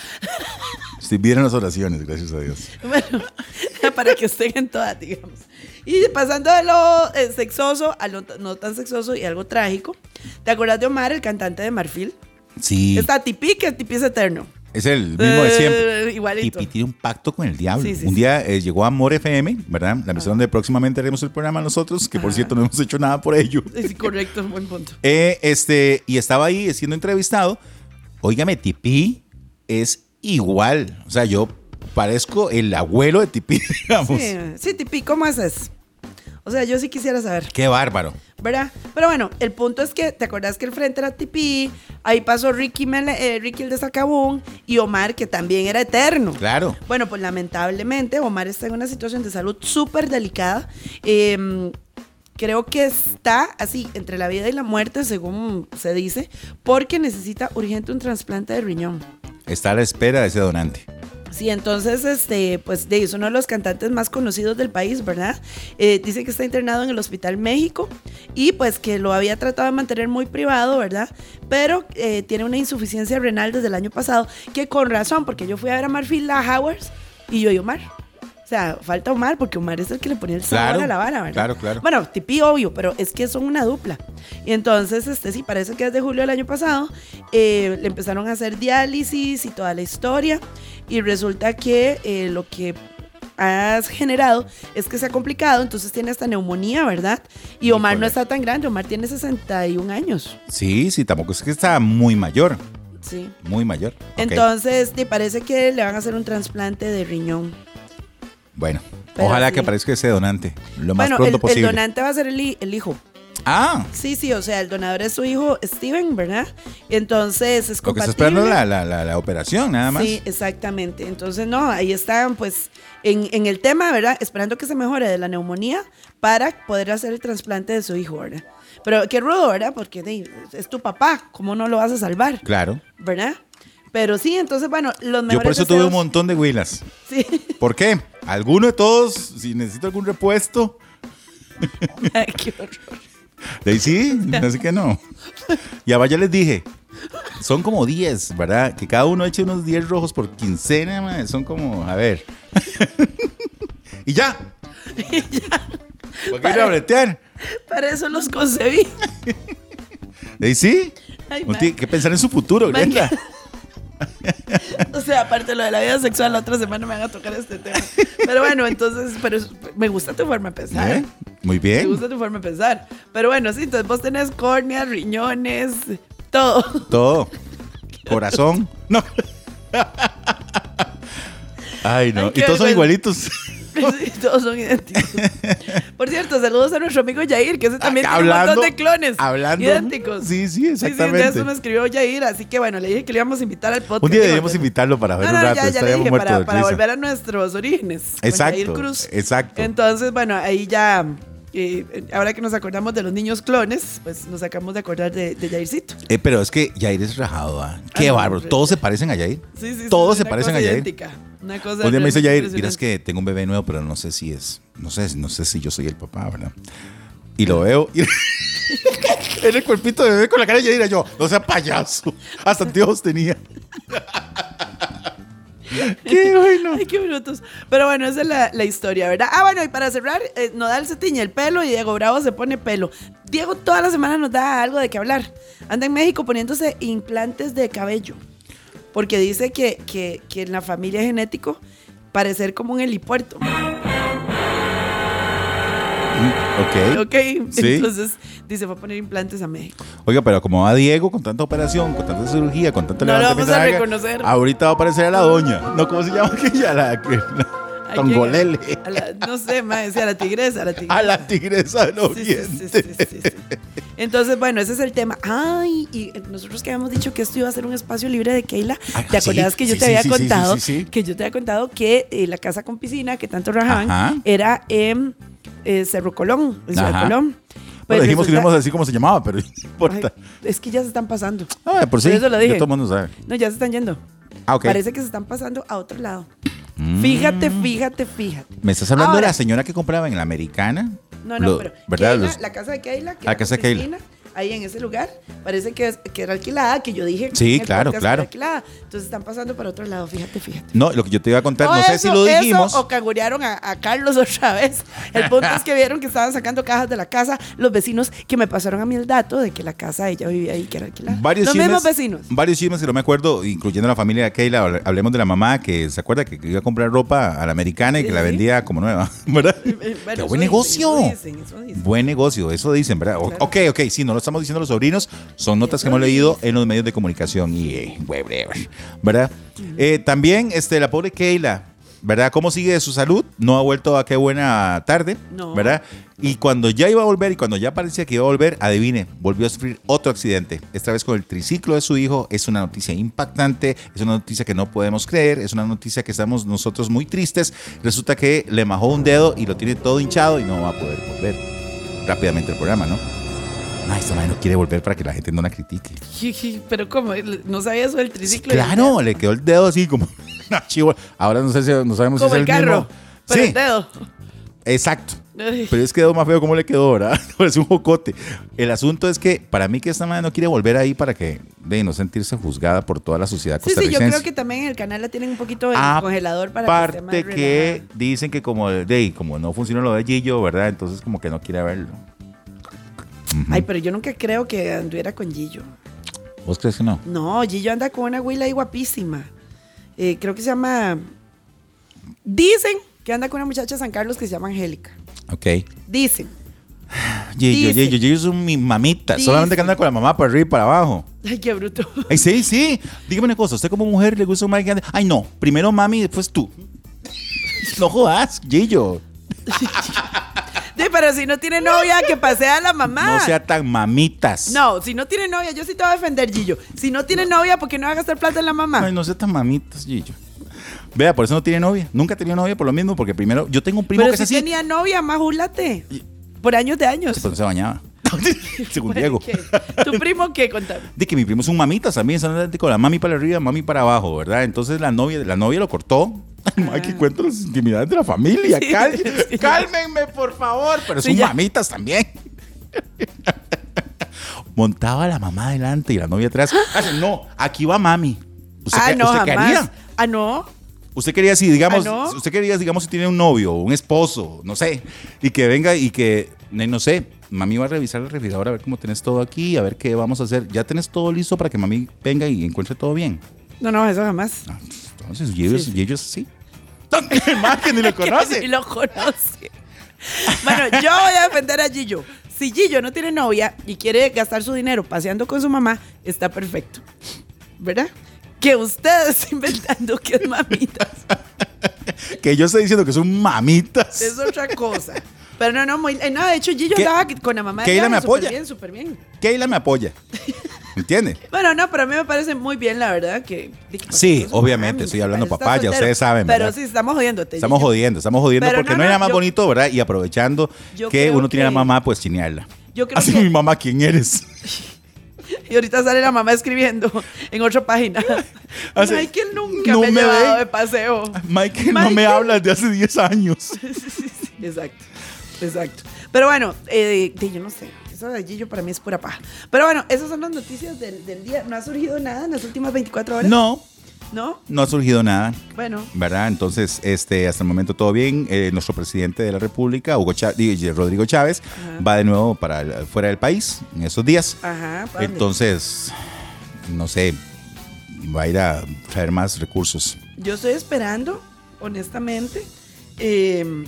S2: Si vieron las oraciones, gracias a Dios.
S3: Bueno, para que estén en todas, digamos. Y pasando de lo eh, sexoso a lo t- no tan sexoso y algo trágico. ¿Te acuerdas de Omar, el cantante de Marfil?
S2: Sí.
S3: Está Tipi, que Tipi es eterno.
S2: Es el mismo de siempre.
S3: Eh, igualito.
S2: Tipi tiene un pacto con el diablo.
S3: Sí, sí,
S2: un
S3: sí.
S2: día eh, llegó Amor FM, ¿verdad? La misión donde próximamente haremos el programa nosotros, que por cierto no hemos hecho nada por ello.
S3: Es correcto, buen punto.
S2: Eh, este, y estaba ahí siendo entrevistado. Óigame, Tipi es igual. O sea, yo parezco el abuelo de Tipi, digamos.
S3: Sí, sí, Tipi, ¿cómo haces? O sea, yo sí quisiera saber.
S2: Qué bárbaro.
S3: ¿verdad? Pero bueno, el punto es que, ¿te acuerdas que el frente era Tipi? Ahí pasó Ricky, Mele- eh, Ricky el de Sacabón y Omar, que también era eterno.
S2: Claro.
S3: Bueno, pues lamentablemente Omar está en una situación de salud súper delicada. Eh, creo que está así, entre la vida y la muerte, según se dice, porque necesita urgente un trasplante de riñón.
S2: Está a la espera de ese donante.
S3: Sí, entonces, este, pues de es uno de los cantantes más conocidos del país, ¿verdad? Eh, dice que está internado en el Hospital México y pues que lo había tratado de mantener muy privado, ¿verdad? Pero eh, tiene una insuficiencia renal desde el año pasado, que con razón, porque yo fui a ver a Marfil La Howards y yo y Omar. O sea, falta Omar, porque Omar es el que le ponía el sabor
S2: Claro,
S3: a la vara, ¿verdad?
S2: claro, claro.
S3: Bueno, tipi obvio, pero es que son una dupla. Y entonces, este sí, parece que desde julio del año pasado eh, le empezaron a hacer diálisis y toda la historia. Y resulta que eh, lo que has generado es que se ha complicado, entonces tiene hasta neumonía, ¿verdad? Y Omar no
S2: Híjole.
S3: está tan grande, Omar tiene 61 años.
S2: Sí, sí, tampoco es que está muy mayor.
S3: Sí.
S2: Muy mayor. Ok.
S3: Entonces, te parece que le van a hacer un trasplante de riñón.
S2: Bueno,
S3: Pero
S2: Ojalá
S3: sí.
S2: que aparezca ese donante lo más
S3: bueno,
S2: pronto
S3: el, el
S2: posible.
S3: donante va a ser el, hi- el hijo.
S2: ah,
S3: Sí, sí, o sea, el donador es su hijo Steven, ¿verdad? Entonces es
S2: lo que está
S3: compatible.
S2: esperando es la, la, la, la operación, nada más.
S3: Sí, exactamente. Entonces, no, ahí están, pues, en, en el tema, ¿verdad? Esperando que se mejore de la neumonía para poder hacer el trasplante de su hijo, ¿verdad? Pero qué rudo, ¿verdad? Porque de, es tu papá, ¿cómo no lo vas a salvar?
S2: Claro.
S3: ¿Verdad? Pero sí, entonces, bueno, los mejores
S2: Yo por eso tuve un
S3: deseos-
S2: montón de huilas.
S3: Sí,
S2: ¿Por qué? ¿Alguno de todos? Si necesito algún repuesto.
S3: Ay, qué horror.
S2: De ahí sí, así que no. Y abajo ya les dije, son como 10, ¿verdad? Que cada uno eche unos 10 rojos por quincena, mae, son como, a ver. y ya. ¿Por qué ir a bretear?
S3: Para eso los concebí.
S2: De ahí sí.
S3: Ay,
S2: Uno
S3: mae.
S2: tiene que pensar en su futuro,
S3: Mae,
S2: Glenda. ¿Eh?
S3: O sea, aparte lo de la vida sexual, la otra semana me van a tocar este tema. Pero bueno, entonces, pero es- me gusta tu forma de pensar.
S2: ¿Eh? Muy
S3: Me
S2: bien.
S3: gusta tu forma de pensar. Pero bueno, sí, entonces vos tenés córneas, riñones, todo.
S2: Todo. Corazón. No. Ay, no.
S3: Ay, qué
S2: y todos son
S3: vergüenza.
S2: igualitos.
S3: Sí, Todos son idénticos. Por cierto, saludos a nuestro amigo Yair, que ese también
S2: Ah,
S3: tiene un montón de clones.
S2: hablando-
S3: Idénticos.
S2: Sí, sí,
S3: Sí,
S2: exactamente.
S3: de eso me escribió Yair, así que bueno, le dije que le íbamos a invitar al podcast.
S2: Un día
S3: Digo,
S2: deberíamos
S3: pero-
S2: invitarlo para ver
S3: No, no,
S2: un rato.
S3: ya, ya le
S2: Estaríamos
S3: dije,
S2: muertos
S3: para,
S2: de
S3: para
S2: risa.
S3: volver a nuestros orígenes. con Yair
S2: Exacto.
S3: Cruz.
S2: Exacto.
S3: Entonces, bueno, ahí ya, eh, ahora que nos acordamos de los niños clones, pues nos acabamos de acordar de, de Yaircito.
S2: Eh, pero es que Jair es rajado, ¿ah? Qué
S3: Ah, no,
S2: bárbaro.
S3: hombre.
S2: Todos se parecen a Jair.
S3: Sí, sí, sí,
S2: Todos
S3: es
S2: se
S3: una
S2: parecen
S3: cosa
S2: a Jair.
S3: idéntica, Una cosa
S2: Un día me dice
S3: realmente
S2: Jair,
S3: impresionante.
S2: miras que tengo un bebé nuevo, pero no sé si es. No sé, no sé si yo soy el papá, ¿verdad? Y lo veo. y- en el cuerpito de bebé con la cara de Jair. Yo, no sea payaso. Hasta Dios tenía. Qué bueno.
S3: Ay, qué brutos. Pero bueno, esa es la, la historia, ¿verdad? Ah, bueno, y para cerrar, eh, Nodal se tiñe el pelo y Diego Bravo se pone pelo. Diego toda la semana nos da algo de qué hablar. Anda en México poniéndose implantes de cabello. Porque dice que, que, que en la familia es genético parecer como un helipuerto.
S2: Ok.
S3: Ok,
S2: Sí.
S3: entonces dice, va a poner implantes a México.
S2: Oiga, pero como va Diego con tanta operación, con tanta cirugía, con tanta
S3: No lo
S2: levantamiento de
S3: vamos a
S2: carga,
S3: reconocer.
S2: Ahorita va a aparecer a la doña. No, ¿cómo se llama aquella? La, que- la-
S3: ¿A
S2: Tongolele.
S3: quién? A la- no sé, más, decía la tigresa, a la tigresa.
S2: A la tigresa del
S3: Sí, sí,
S2: oriente.
S3: sí, sí, sí, sí. Entonces, bueno, ese es el tema. Ay, y nosotros que habíamos dicho que esto iba a ser un espacio libre de Keila,
S2: Ah,
S3: ¿te acordás
S2: sí,
S3: que yo
S2: sí, sí,
S3: te había
S2: sí, sí,
S3: contado?
S2: sí, sí, sí.
S3: Que yo te había contado que eh, la casa con piscina que tanto rajaban
S2: Ajá.
S3: era en eh, Cerro Colón, en Ciudad
S2: Ajá.
S3: Colón. Pues
S2: Bueno, dijimos que no
S3: resulta-
S2: íbamos a decir cómo se llamaba, pero no importa.
S3: Ay, es que ya se están pasando.
S2: Ah, por sí.
S3: Por eso
S2: ya
S3: lo dije.
S2: todo el mundo sabe.
S3: No, ya se están yendo.
S2: Ah, ok. Mm.
S3: Parece que se están pasando a otro lado. Fíjate, fíjate, fíjate.
S2: ¿Me estás hablando de
S3: Ahora-
S2: la señora que compraba en la americana?
S3: No, no,
S2: Lo-
S3: pero
S2: ¿Verdad?
S3: Keila,
S2: Los-
S3: la casa de Keila, que
S2: La
S3: era
S2: casa de
S3: con
S2: Keila.
S3: piscina, Ahí en ese lugar, parece que, es- que era alquilada, que yo dije.
S2: Sí,
S3: en el
S2: claro,
S3: podcast que
S2: claro.
S3: era alquilada. Entonces están pasando para otro lado, fíjate, fíjate.
S2: No, lo que yo te iba a contar,
S3: O
S2: no sé
S3: eso-
S2: si lo
S3: eso,
S2: dijimos.
S3: o cagurearon a, a Carlos otra vez. El punto es que vieron que estaban sacando cajas de la casa los vecinos que me pasaron a mí el dato de que la casa de ella vivía ahí, que era alquilada.
S2: Varios
S3: los
S2: chismes,
S3: mismos vecinos.
S2: Varios chismes que no me acuerdo, incluyendo la familia de Keila. Hable- Hablemos de la mamá que se acuerda que iba a comprar ropa a la americana y
S3: Sí,
S2: que la
S3: sí.
S2: vendía como nueva, ¿verdad?
S3: Eh, eh, bueno,
S2: ¡Qué
S3: eso
S2: buen
S3: dicen,
S2: negocio!
S3: eso dicen, eso dicen.
S2: Buen negocio, eso dicen, ¿verdad? O-
S3: Claro.
S2: Ok, ok, sí, no lo estamos diciendo los sobrinos, son notas que hemos leído en los medios de comunicación y, eh, whatever, ¿verdad? Eh, también, este, la pobre Keila, ¿verdad? ¿Cómo sigue de su salud? No ha vuelto a qué buena tarde,
S3: No.
S2: ¿verdad? Y cuando ya iba a volver y cuando ya parecía que iba a volver, adivine, volvió a sufrir otro accidente, esta vez con el triciclo de su hijo. Es una noticia impactante, es una noticia que no podemos creer, es una noticia que estamos nosotros muy tristes. Resulta que le majó un dedo y lo tiene todo hinchado y no va a poder volver rápidamente el programa, ¿no? Ay, esta madre no quiere volver para que la gente no la critique.
S3: Jiji, Pero como, no sabía eso del triciclo.
S2: claro, le quedó el dedo así como una chivo. Ahora no sé si no sabemos si
S3: Como
S2: es
S3: el
S2: el
S3: carro.
S2: mismo.
S3: Pero
S2: sí,
S3: el dedo.
S2: exacto. Pero es que quedó más feo como le quedó, ¿verdad? Parece un jocote. El asunto es que para mí que esta madre no quiere volver ahí para que de no sentirse juzgada por toda la sociedad
S3: Sí, sí, yo
S2: costarricense.
S3: creo que también en el canal la tienen un poquito en el congelador para que
S2: Aparte
S3: esté
S2: Ah, que,
S3: más relajada.
S2: dicen que como de ahí, como no funciona lo de Gillo, ¿verdad? Entonces como que no quiere verlo.
S3: Ay, pero yo nunca creo que anduviera con Gillo.
S2: ¿Vos crees que no?
S3: No, Gillo anda con una güila ahí guapísima. Eh, creo que se llama... Dicen que anda con una muchacha de San Carlos que se llama Angélica.
S2: Ok.
S3: Dicen.
S2: Gillo,
S3: Dice.
S2: Gillo, Gillo es un mi mamita.
S3: Dice.
S2: Solamente que anda con la mamá para arriba y para abajo.
S3: Ay, qué bruto.
S2: Ay, sí, sí. Dígame una cosa, ¿usted como mujer le gusta un mal que ande? Ay, no. Primero mami y después tú. No jodas, Gillo.
S3: Sí, pero si no tiene novia, que pasea a la mamá.
S2: No sea tan mamitas.
S3: No, si no tiene novia, yo sí te voy a defender, Gillo. Si no tiene novia, ¿por qué no va a gastar plata en la mamá?
S2: Ay, no sea tan mamitas, Gillo. Vea, por eso no tiene novia. Nunca tenía novia por lo mismo, porque primero, yo tengo un primo
S3: pero
S2: que
S3: si
S2: es así.
S3: tenía novia, majúlate. Por años de años.
S2: Pues no se bañaba. Según
S3: Bueno,
S2: Diego.
S3: ¿qué? ¿Tu primo qué? Contame.
S2: De que mi primo es un mamita también, son con la mami para arriba, mami para abajo, ¿verdad? Entonces la novia, la novia lo cortó. Hay
S3: Ah.
S2: que cuento las intimidades de la familia. Cal- Cálmenme, por favor. Pero
S3: Sí,
S2: son
S3: ya.
S2: mamitas también. Montaba la mamá adelante y la novia atrás. Hace, no, aquí va mami. ¿Usted,
S3: Ah,
S2: Pues, qué-
S3: no,
S2: usted qué
S3: jamás.
S2: haría?
S3: Ah, no.
S2: Usted quería si digamos,
S3: Ah, ¿no?
S2: si usted quería digamos si tiene un novio, un esposo, no sé, y que venga y que ne- no sé, mami va a revisar el refrigerador a ver cómo tenés todo aquí, a ver qué vamos a hacer. Ya tenés todo listo para que mami venga y encuentre todo bien.
S3: No, no, eso jamás.
S2: Ah, Entonces, y ellos,
S3: Sí, sí.
S2: y ellos sí. Más que ni lo
S3: Y
S2: conoce.
S3: lo conoce. Bueno, yo voy a defender a Gillo. Si Gillo no tiene novia y quiere gastar su dinero paseando con su mamá, está perfecto. ¿Verdad? Que ustedes inventando que es mamitas.
S2: Que yo estoy diciendo que son mamitas.
S3: Es otra cosa. Pero no, no, muy, eh, no, de hecho Gillo
S2: ¿Qué?
S3: andaba con la mamá de
S2: Keila
S3: Gaby,
S2: me
S3: súper
S2: apoya.
S3: bien, súper bien.
S2: Keila me apoya. ¿Entiende?
S3: Bueno, no, pero a mí me parece muy bien, la verdad, que... de que
S2: Sí,
S3: pasó con su
S2: obviamente,
S3: mami,
S2: estoy hablando
S3: está
S2: papaya,
S3: soltero.
S2: ustedes saben,
S3: Pero
S2: ¿verdad?
S3: sí, estamos jodiéndote.
S2: Estamos
S3: Gillo.
S2: jodiendo, estamos jodiendo
S3: Pero
S2: porque
S3: no,
S2: no, hay
S3: no,
S2: nada más
S3: yo-
S2: bonito, ¿verdad? Y aprovechando
S3: Yo
S2: que
S3: creo
S2: uno tiene a
S3: que-
S2: la mamá, pues chinearla.
S3: Yo creo
S2: Así
S3: que-
S2: mi mamá, ¿quién eres?
S3: Y ahorita sale la mamá escribiendo en otra página.
S2: Así,
S3: Michael nunca
S2: Ah, no
S3: me ha
S2: me
S3: llevado
S2: ve.
S3: de paseo.
S2: Michael, no me
S3: Michael.
S2: hablas de hace 10 años.
S3: Sí, sí, sí. exacto, exacto. Pero bueno, eh, de- yo no sé. Eso de allí yo para mí es pura paja. Pero bueno, esas son las noticias del, del día. ¿No ha surgido nada en las últimas 24 horas?
S2: No,
S3: ¿No?
S2: no ha surgido nada.
S3: Bueno.
S2: ¿Verdad? Entonces, este, hasta el momento todo bien. Eh, nuestro presidente de la República, Hugo Chá- eh, Rodrigo Chávez,
S3: Ajá.
S2: va de nuevo para el- fuera del país en esos días.
S3: Ajá. ¿pa' dónde?
S2: Entonces, no sé, va a ir a traer más recursos.
S3: Yo estoy esperando, honestamente, eh,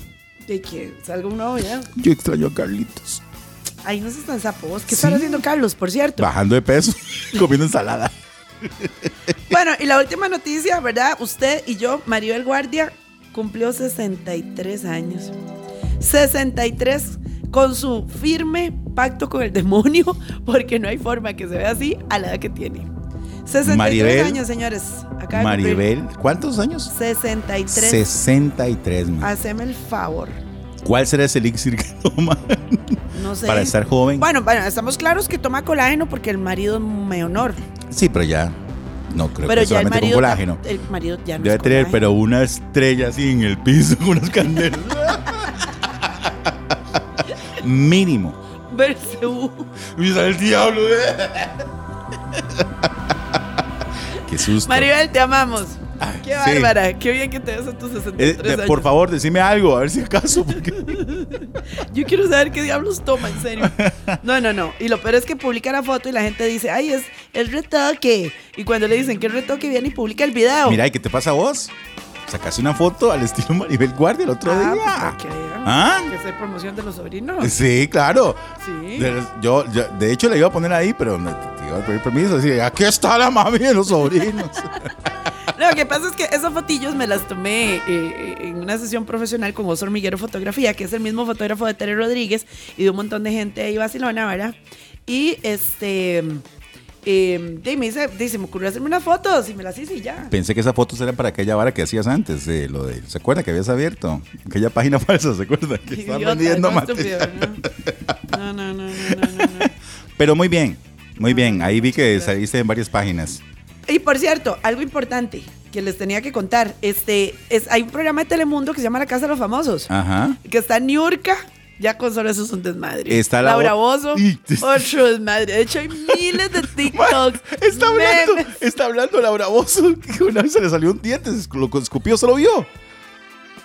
S3: de que salga un nuevo video.
S2: Yo extraño a Carlitos.
S3: Ahí no se están sapos. ¿Qué
S2: Sí.
S3: estará haciendo Carlos, por cierto?
S2: Bajando de peso, comiendo ensalada.
S3: Bueno, y la última noticia, ¿verdad? Usted y yo, Maribel Guardia, cumplió 63 años. 63 con su firme pacto con el demonio, porque no hay forma que se vea así a la edad que tiene. 63
S2: Maribel-
S3: años, señores. Acaba de cumplir
S2: Maribel, ¿cuántos años?
S3: 63.
S2: 63. man.
S3: Haceme el favor.
S2: ¿Cuál será ese elixir que toma
S3: No sé.
S2: para estar joven?
S3: Bueno, bueno, estamos claros que toma colágeno porque el marido me honor.
S2: Sí, pero ya. No creo
S3: Pero
S2: que
S3: ya el
S2: solamente con
S3: marido.
S2: colágeno.
S3: El marido ya no
S2: Debe
S3: es
S2: tener,
S3: colágeno.
S2: pero una estrella así en el piso con unas candelas. Mínimo.
S3: Verse, uh.
S2: Y sale el diablo. eh. Qué susto.
S3: Maribel, te amamos.
S2: Ay,
S3: Qué
S2: Ah, sí.
S3: bárbara. Qué bien que te ves a tus
S2: Eh,
S3: 63
S2: de-
S3: años.
S2: por favor, decime algo, a ver si acaso. porque-
S3: Yo quiero saber qué diablos toma, en serio. No, no, no. Y lo peor es que publica la foto y la gente dice, ay, es el retoque. Y cuando le dicen que el retoque viene y publica el video.
S2: Mira, ¿y qué te pasa a vos? Sacaste una foto al estilo Maribel Guardia el otro
S3: Ah, pues,
S2: día.
S3: para que vean.
S2: ¿Ah?
S3: Que es promoción de los sobrinos.
S2: Sí, claro.
S3: Sí.
S2: De, yo, yo- de hecho, le iba a poner ahí, pero no, te iba a pedir permiso. Así, aquí está la mami de los sobrinos.
S3: Lo que pasa es que esas fotillos me las tomé eh, en una sesión profesional con Oso Hormiguero Fotografía, que es el mismo fotógrafo de Tere Rodríguez y de un montón de gente ahí vacilona, ¿verdad? Y este. eh, de ahí me dice, dice, me ocurrió hacerme unas fotos y me las hice y ya.
S2: Pensé que esas fotos eran para aquella vara que hacías antes, de lo de, ¿se acuerda que habías abierto? Aquella página falsa, ¿se acuerda? Que estaba
S3: Idiota,
S2: vendiendo
S3: no, estúpido,
S2: material.
S3: no, no, no, no, no, no, no.
S2: Pero muy bien, muy bien.
S3: Ah,
S2: Ahí vi que saliste en varias páginas.
S3: Y por cierto, algo importante que les tenía que contar. Este, es, hay un programa de Telemundo que se llama La Casa de los Famosos.
S2: Ajá.
S3: que está Niurka. Ya con solo eso es un desmadre.
S2: Está la
S3: Laura
S2: o-
S3: Bozo.
S2: Y-
S3: Otro desmadre. De hecho, hay miles de TikToks.
S2: Está hablando,
S3: memes.
S2: está hablando Laura Bozo, que una vez se le salió un diente, se lo escupió, se lo vio.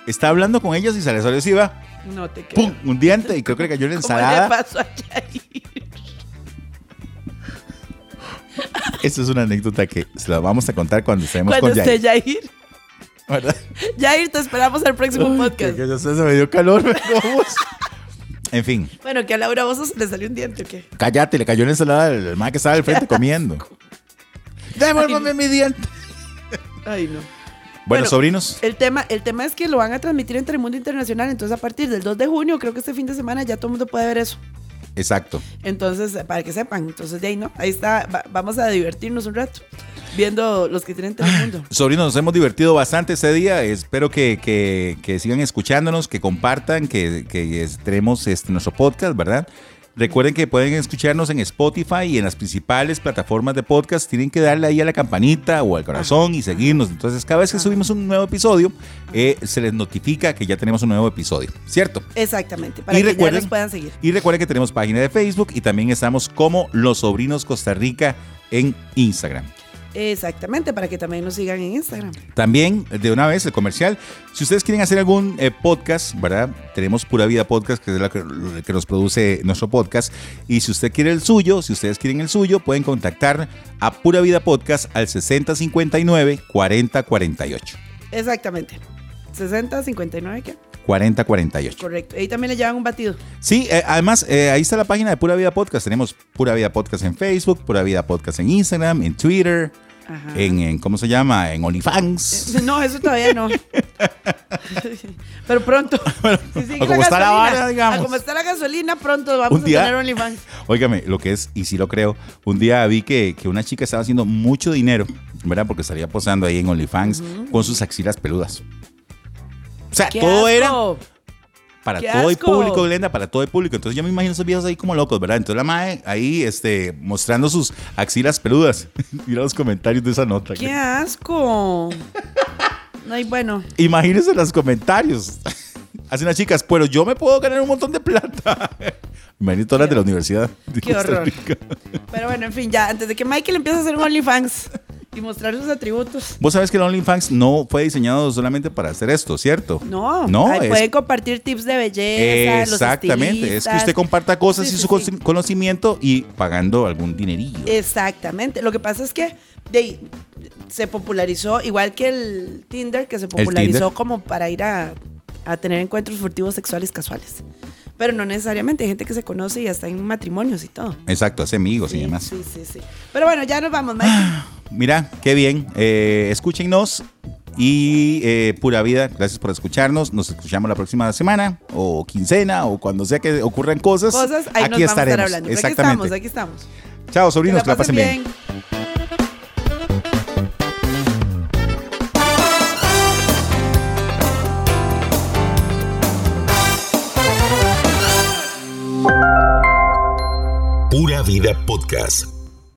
S2: Está hablando con ellos y se le salió así, va,
S3: No te creo.
S2: ¡pum! Un diente y creo que le cayó en la
S3: ¿Cómo le
S2: ensalada.
S3: pasó a Yair?
S2: Esta es una anécdota que se la vamos a contar cuando estemos
S3: Cuando
S2: con
S3: esté
S2: Jair.
S3: Yair.
S2: ¿verdad?
S3: Yair, te esperamos al próximo
S2: Ay, que-
S3: podcast.
S2: que ya se se me dio calor, vamos. En fin,
S3: Bueno, que a Laura Bozo se le salió un diente, ¿o qué?
S2: cállate, le cayó en la ensalada al al man que estaba al frente comiendo. Devuélvame mi diente.
S3: Ay, no.
S2: Bueno, sobrinos.
S3: El tema, el tema es que lo van a transmitir en Telemundo Internacional, entonces a partir del 2 de junio, creo que este fin de semana ya todo el mundo puede ver eso.
S2: Exacto.
S3: Entonces, eh, para que sepan, entonces de ahí no, ahí está, va- vamos a divertirnos un rato viendo los que tienen Telemundo.
S2: Sobrinos, nos hemos divertido bastante este día. Espero que, que- que sigan escuchándonos, que compartan, que, que estrenemos este, nuestro podcast, ¿verdad? Recuerden que pueden escucharnos en Spotify y en las principales plataformas de podcast. Tienen que darle ahí a la campanita o al corazón y seguirnos. Entonces, cada vez que subimos un nuevo episodio, eh, se les notifica que ya tenemos un nuevo episodio, ¿cierto?
S3: Exactamente, para
S2: Y
S3: que ya
S2: recuerden-
S3: nos puedan seguir.
S2: Y recuerden que tenemos página de Facebook y también estamos como Los Sobrinos Costa Rica en Instagram.
S3: Exactamente, para que también nos sigan en Instagram.
S2: También, de una vez, el comercial. Si ustedes quieren hacer algún eh, podcast, ¿verdad? Tenemos Pura Vida Podcast, que es la que, la que nos produce nuestro podcast. Y si usted quiere el suyo, si ustedes quieren el suyo, pueden contactar a Pura Vida Podcast al 6059-4048.
S3: Exactamente. 60, 59, ¿qué?
S2: 4048.
S3: Correcto. Ahí también le llevan un batido.
S2: Sí, eh, además, eh, ahí está la página de Pura Vida Podcast. Tenemos Pura Vida Podcast en Facebook, Pura Vida Podcast en Instagram, en Twitter,
S3: Ajá.
S2: en, en- ¿cómo se llama? En OnlyFans.
S3: No, eso todavía no. Pero pronto. Si sigue
S2: a como está la
S3: gasolina,
S2: vara, digamos.
S3: a como está la gasolina, pronto vamos
S2: Un día-
S3: a tener OnlyFans.
S2: Óigame, lo que es, y sí lo creo, un día vi que, que una chica estaba haciendo mucho dinero, ¿verdad? Porque estaría posando ahí en OnlyFans con sus axilas peludas. O sea,
S3: ¡Qué
S2: todo
S3: asco!
S2: era para
S3: ¡Qué
S2: todo el
S3: asco!
S2: público, Glenda, para todo el público. Entonces yo me imagino esos viejos ahí como locos, ¿verdad? Entonces la madre ahí este, mostrando sus axilas peludas. Mira los comentarios de esa nota.
S3: ¡Qué asco! Ay, bueno.
S2: Imagínense los comentarios. Hacen las chicas, pero yo me puedo ganar un montón de plata. Imagínate todas las de la universidad. de
S3: Qué
S2: Costa
S3: horror.
S2: Rica.
S3: Pero bueno, en fin, ya. Antes de que Michael empiece a hacer un OnlyFans y mostrar sus atributos.
S2: Vos sabés que el OnlyFans no fue diseñado solamente para hacer esto, ¿cierto?
S3: No,
S2: no
S3: ahí
S2: es-
S3: pueden compartir tips de belleza. los
S2: Exactamente, es que
S3: estilistas.
S2: usted comparta cosas
S3: Sí,
S2: y
S3: sí,
S2: su
S3: sí. Eh,
S2: cosi- conocimiento y pagando algún dinerillo.
S3: Exactamente. Lo que pasa es que de- se popularizó, igual que el Tinder, que se
S2: Tinder.
S3: popularizó como para ir a, a tener encuentros furtivos sexuales casuales. Pero no necesariamente, hay gente que se conoce y hasta en matrimonios y todo.
S2: Exacto, hace amigos Pues y
S3: Sí,
S2: demás. Ah,
S3: sí, sí, sí. Pero bueno, ya nos vamos, Mike.
S2: Mira, qué bien. eh, escúchenos y eh, pura vida. Gracias por escucharnos. Nos escuchamos la próxima semana o quincena o cuando sea que ocurran cosas.
S3: Cosas, ahí
S2: aquí
S3: nos vamos a estar
S2: estaremos.
S3: hablando. Pero Aquí
S2: Exactamente.
S3: estamos, aquí estamos.
S2: Chao, sobrinos, que la pasen bien.
S1: Pura Vida Podcast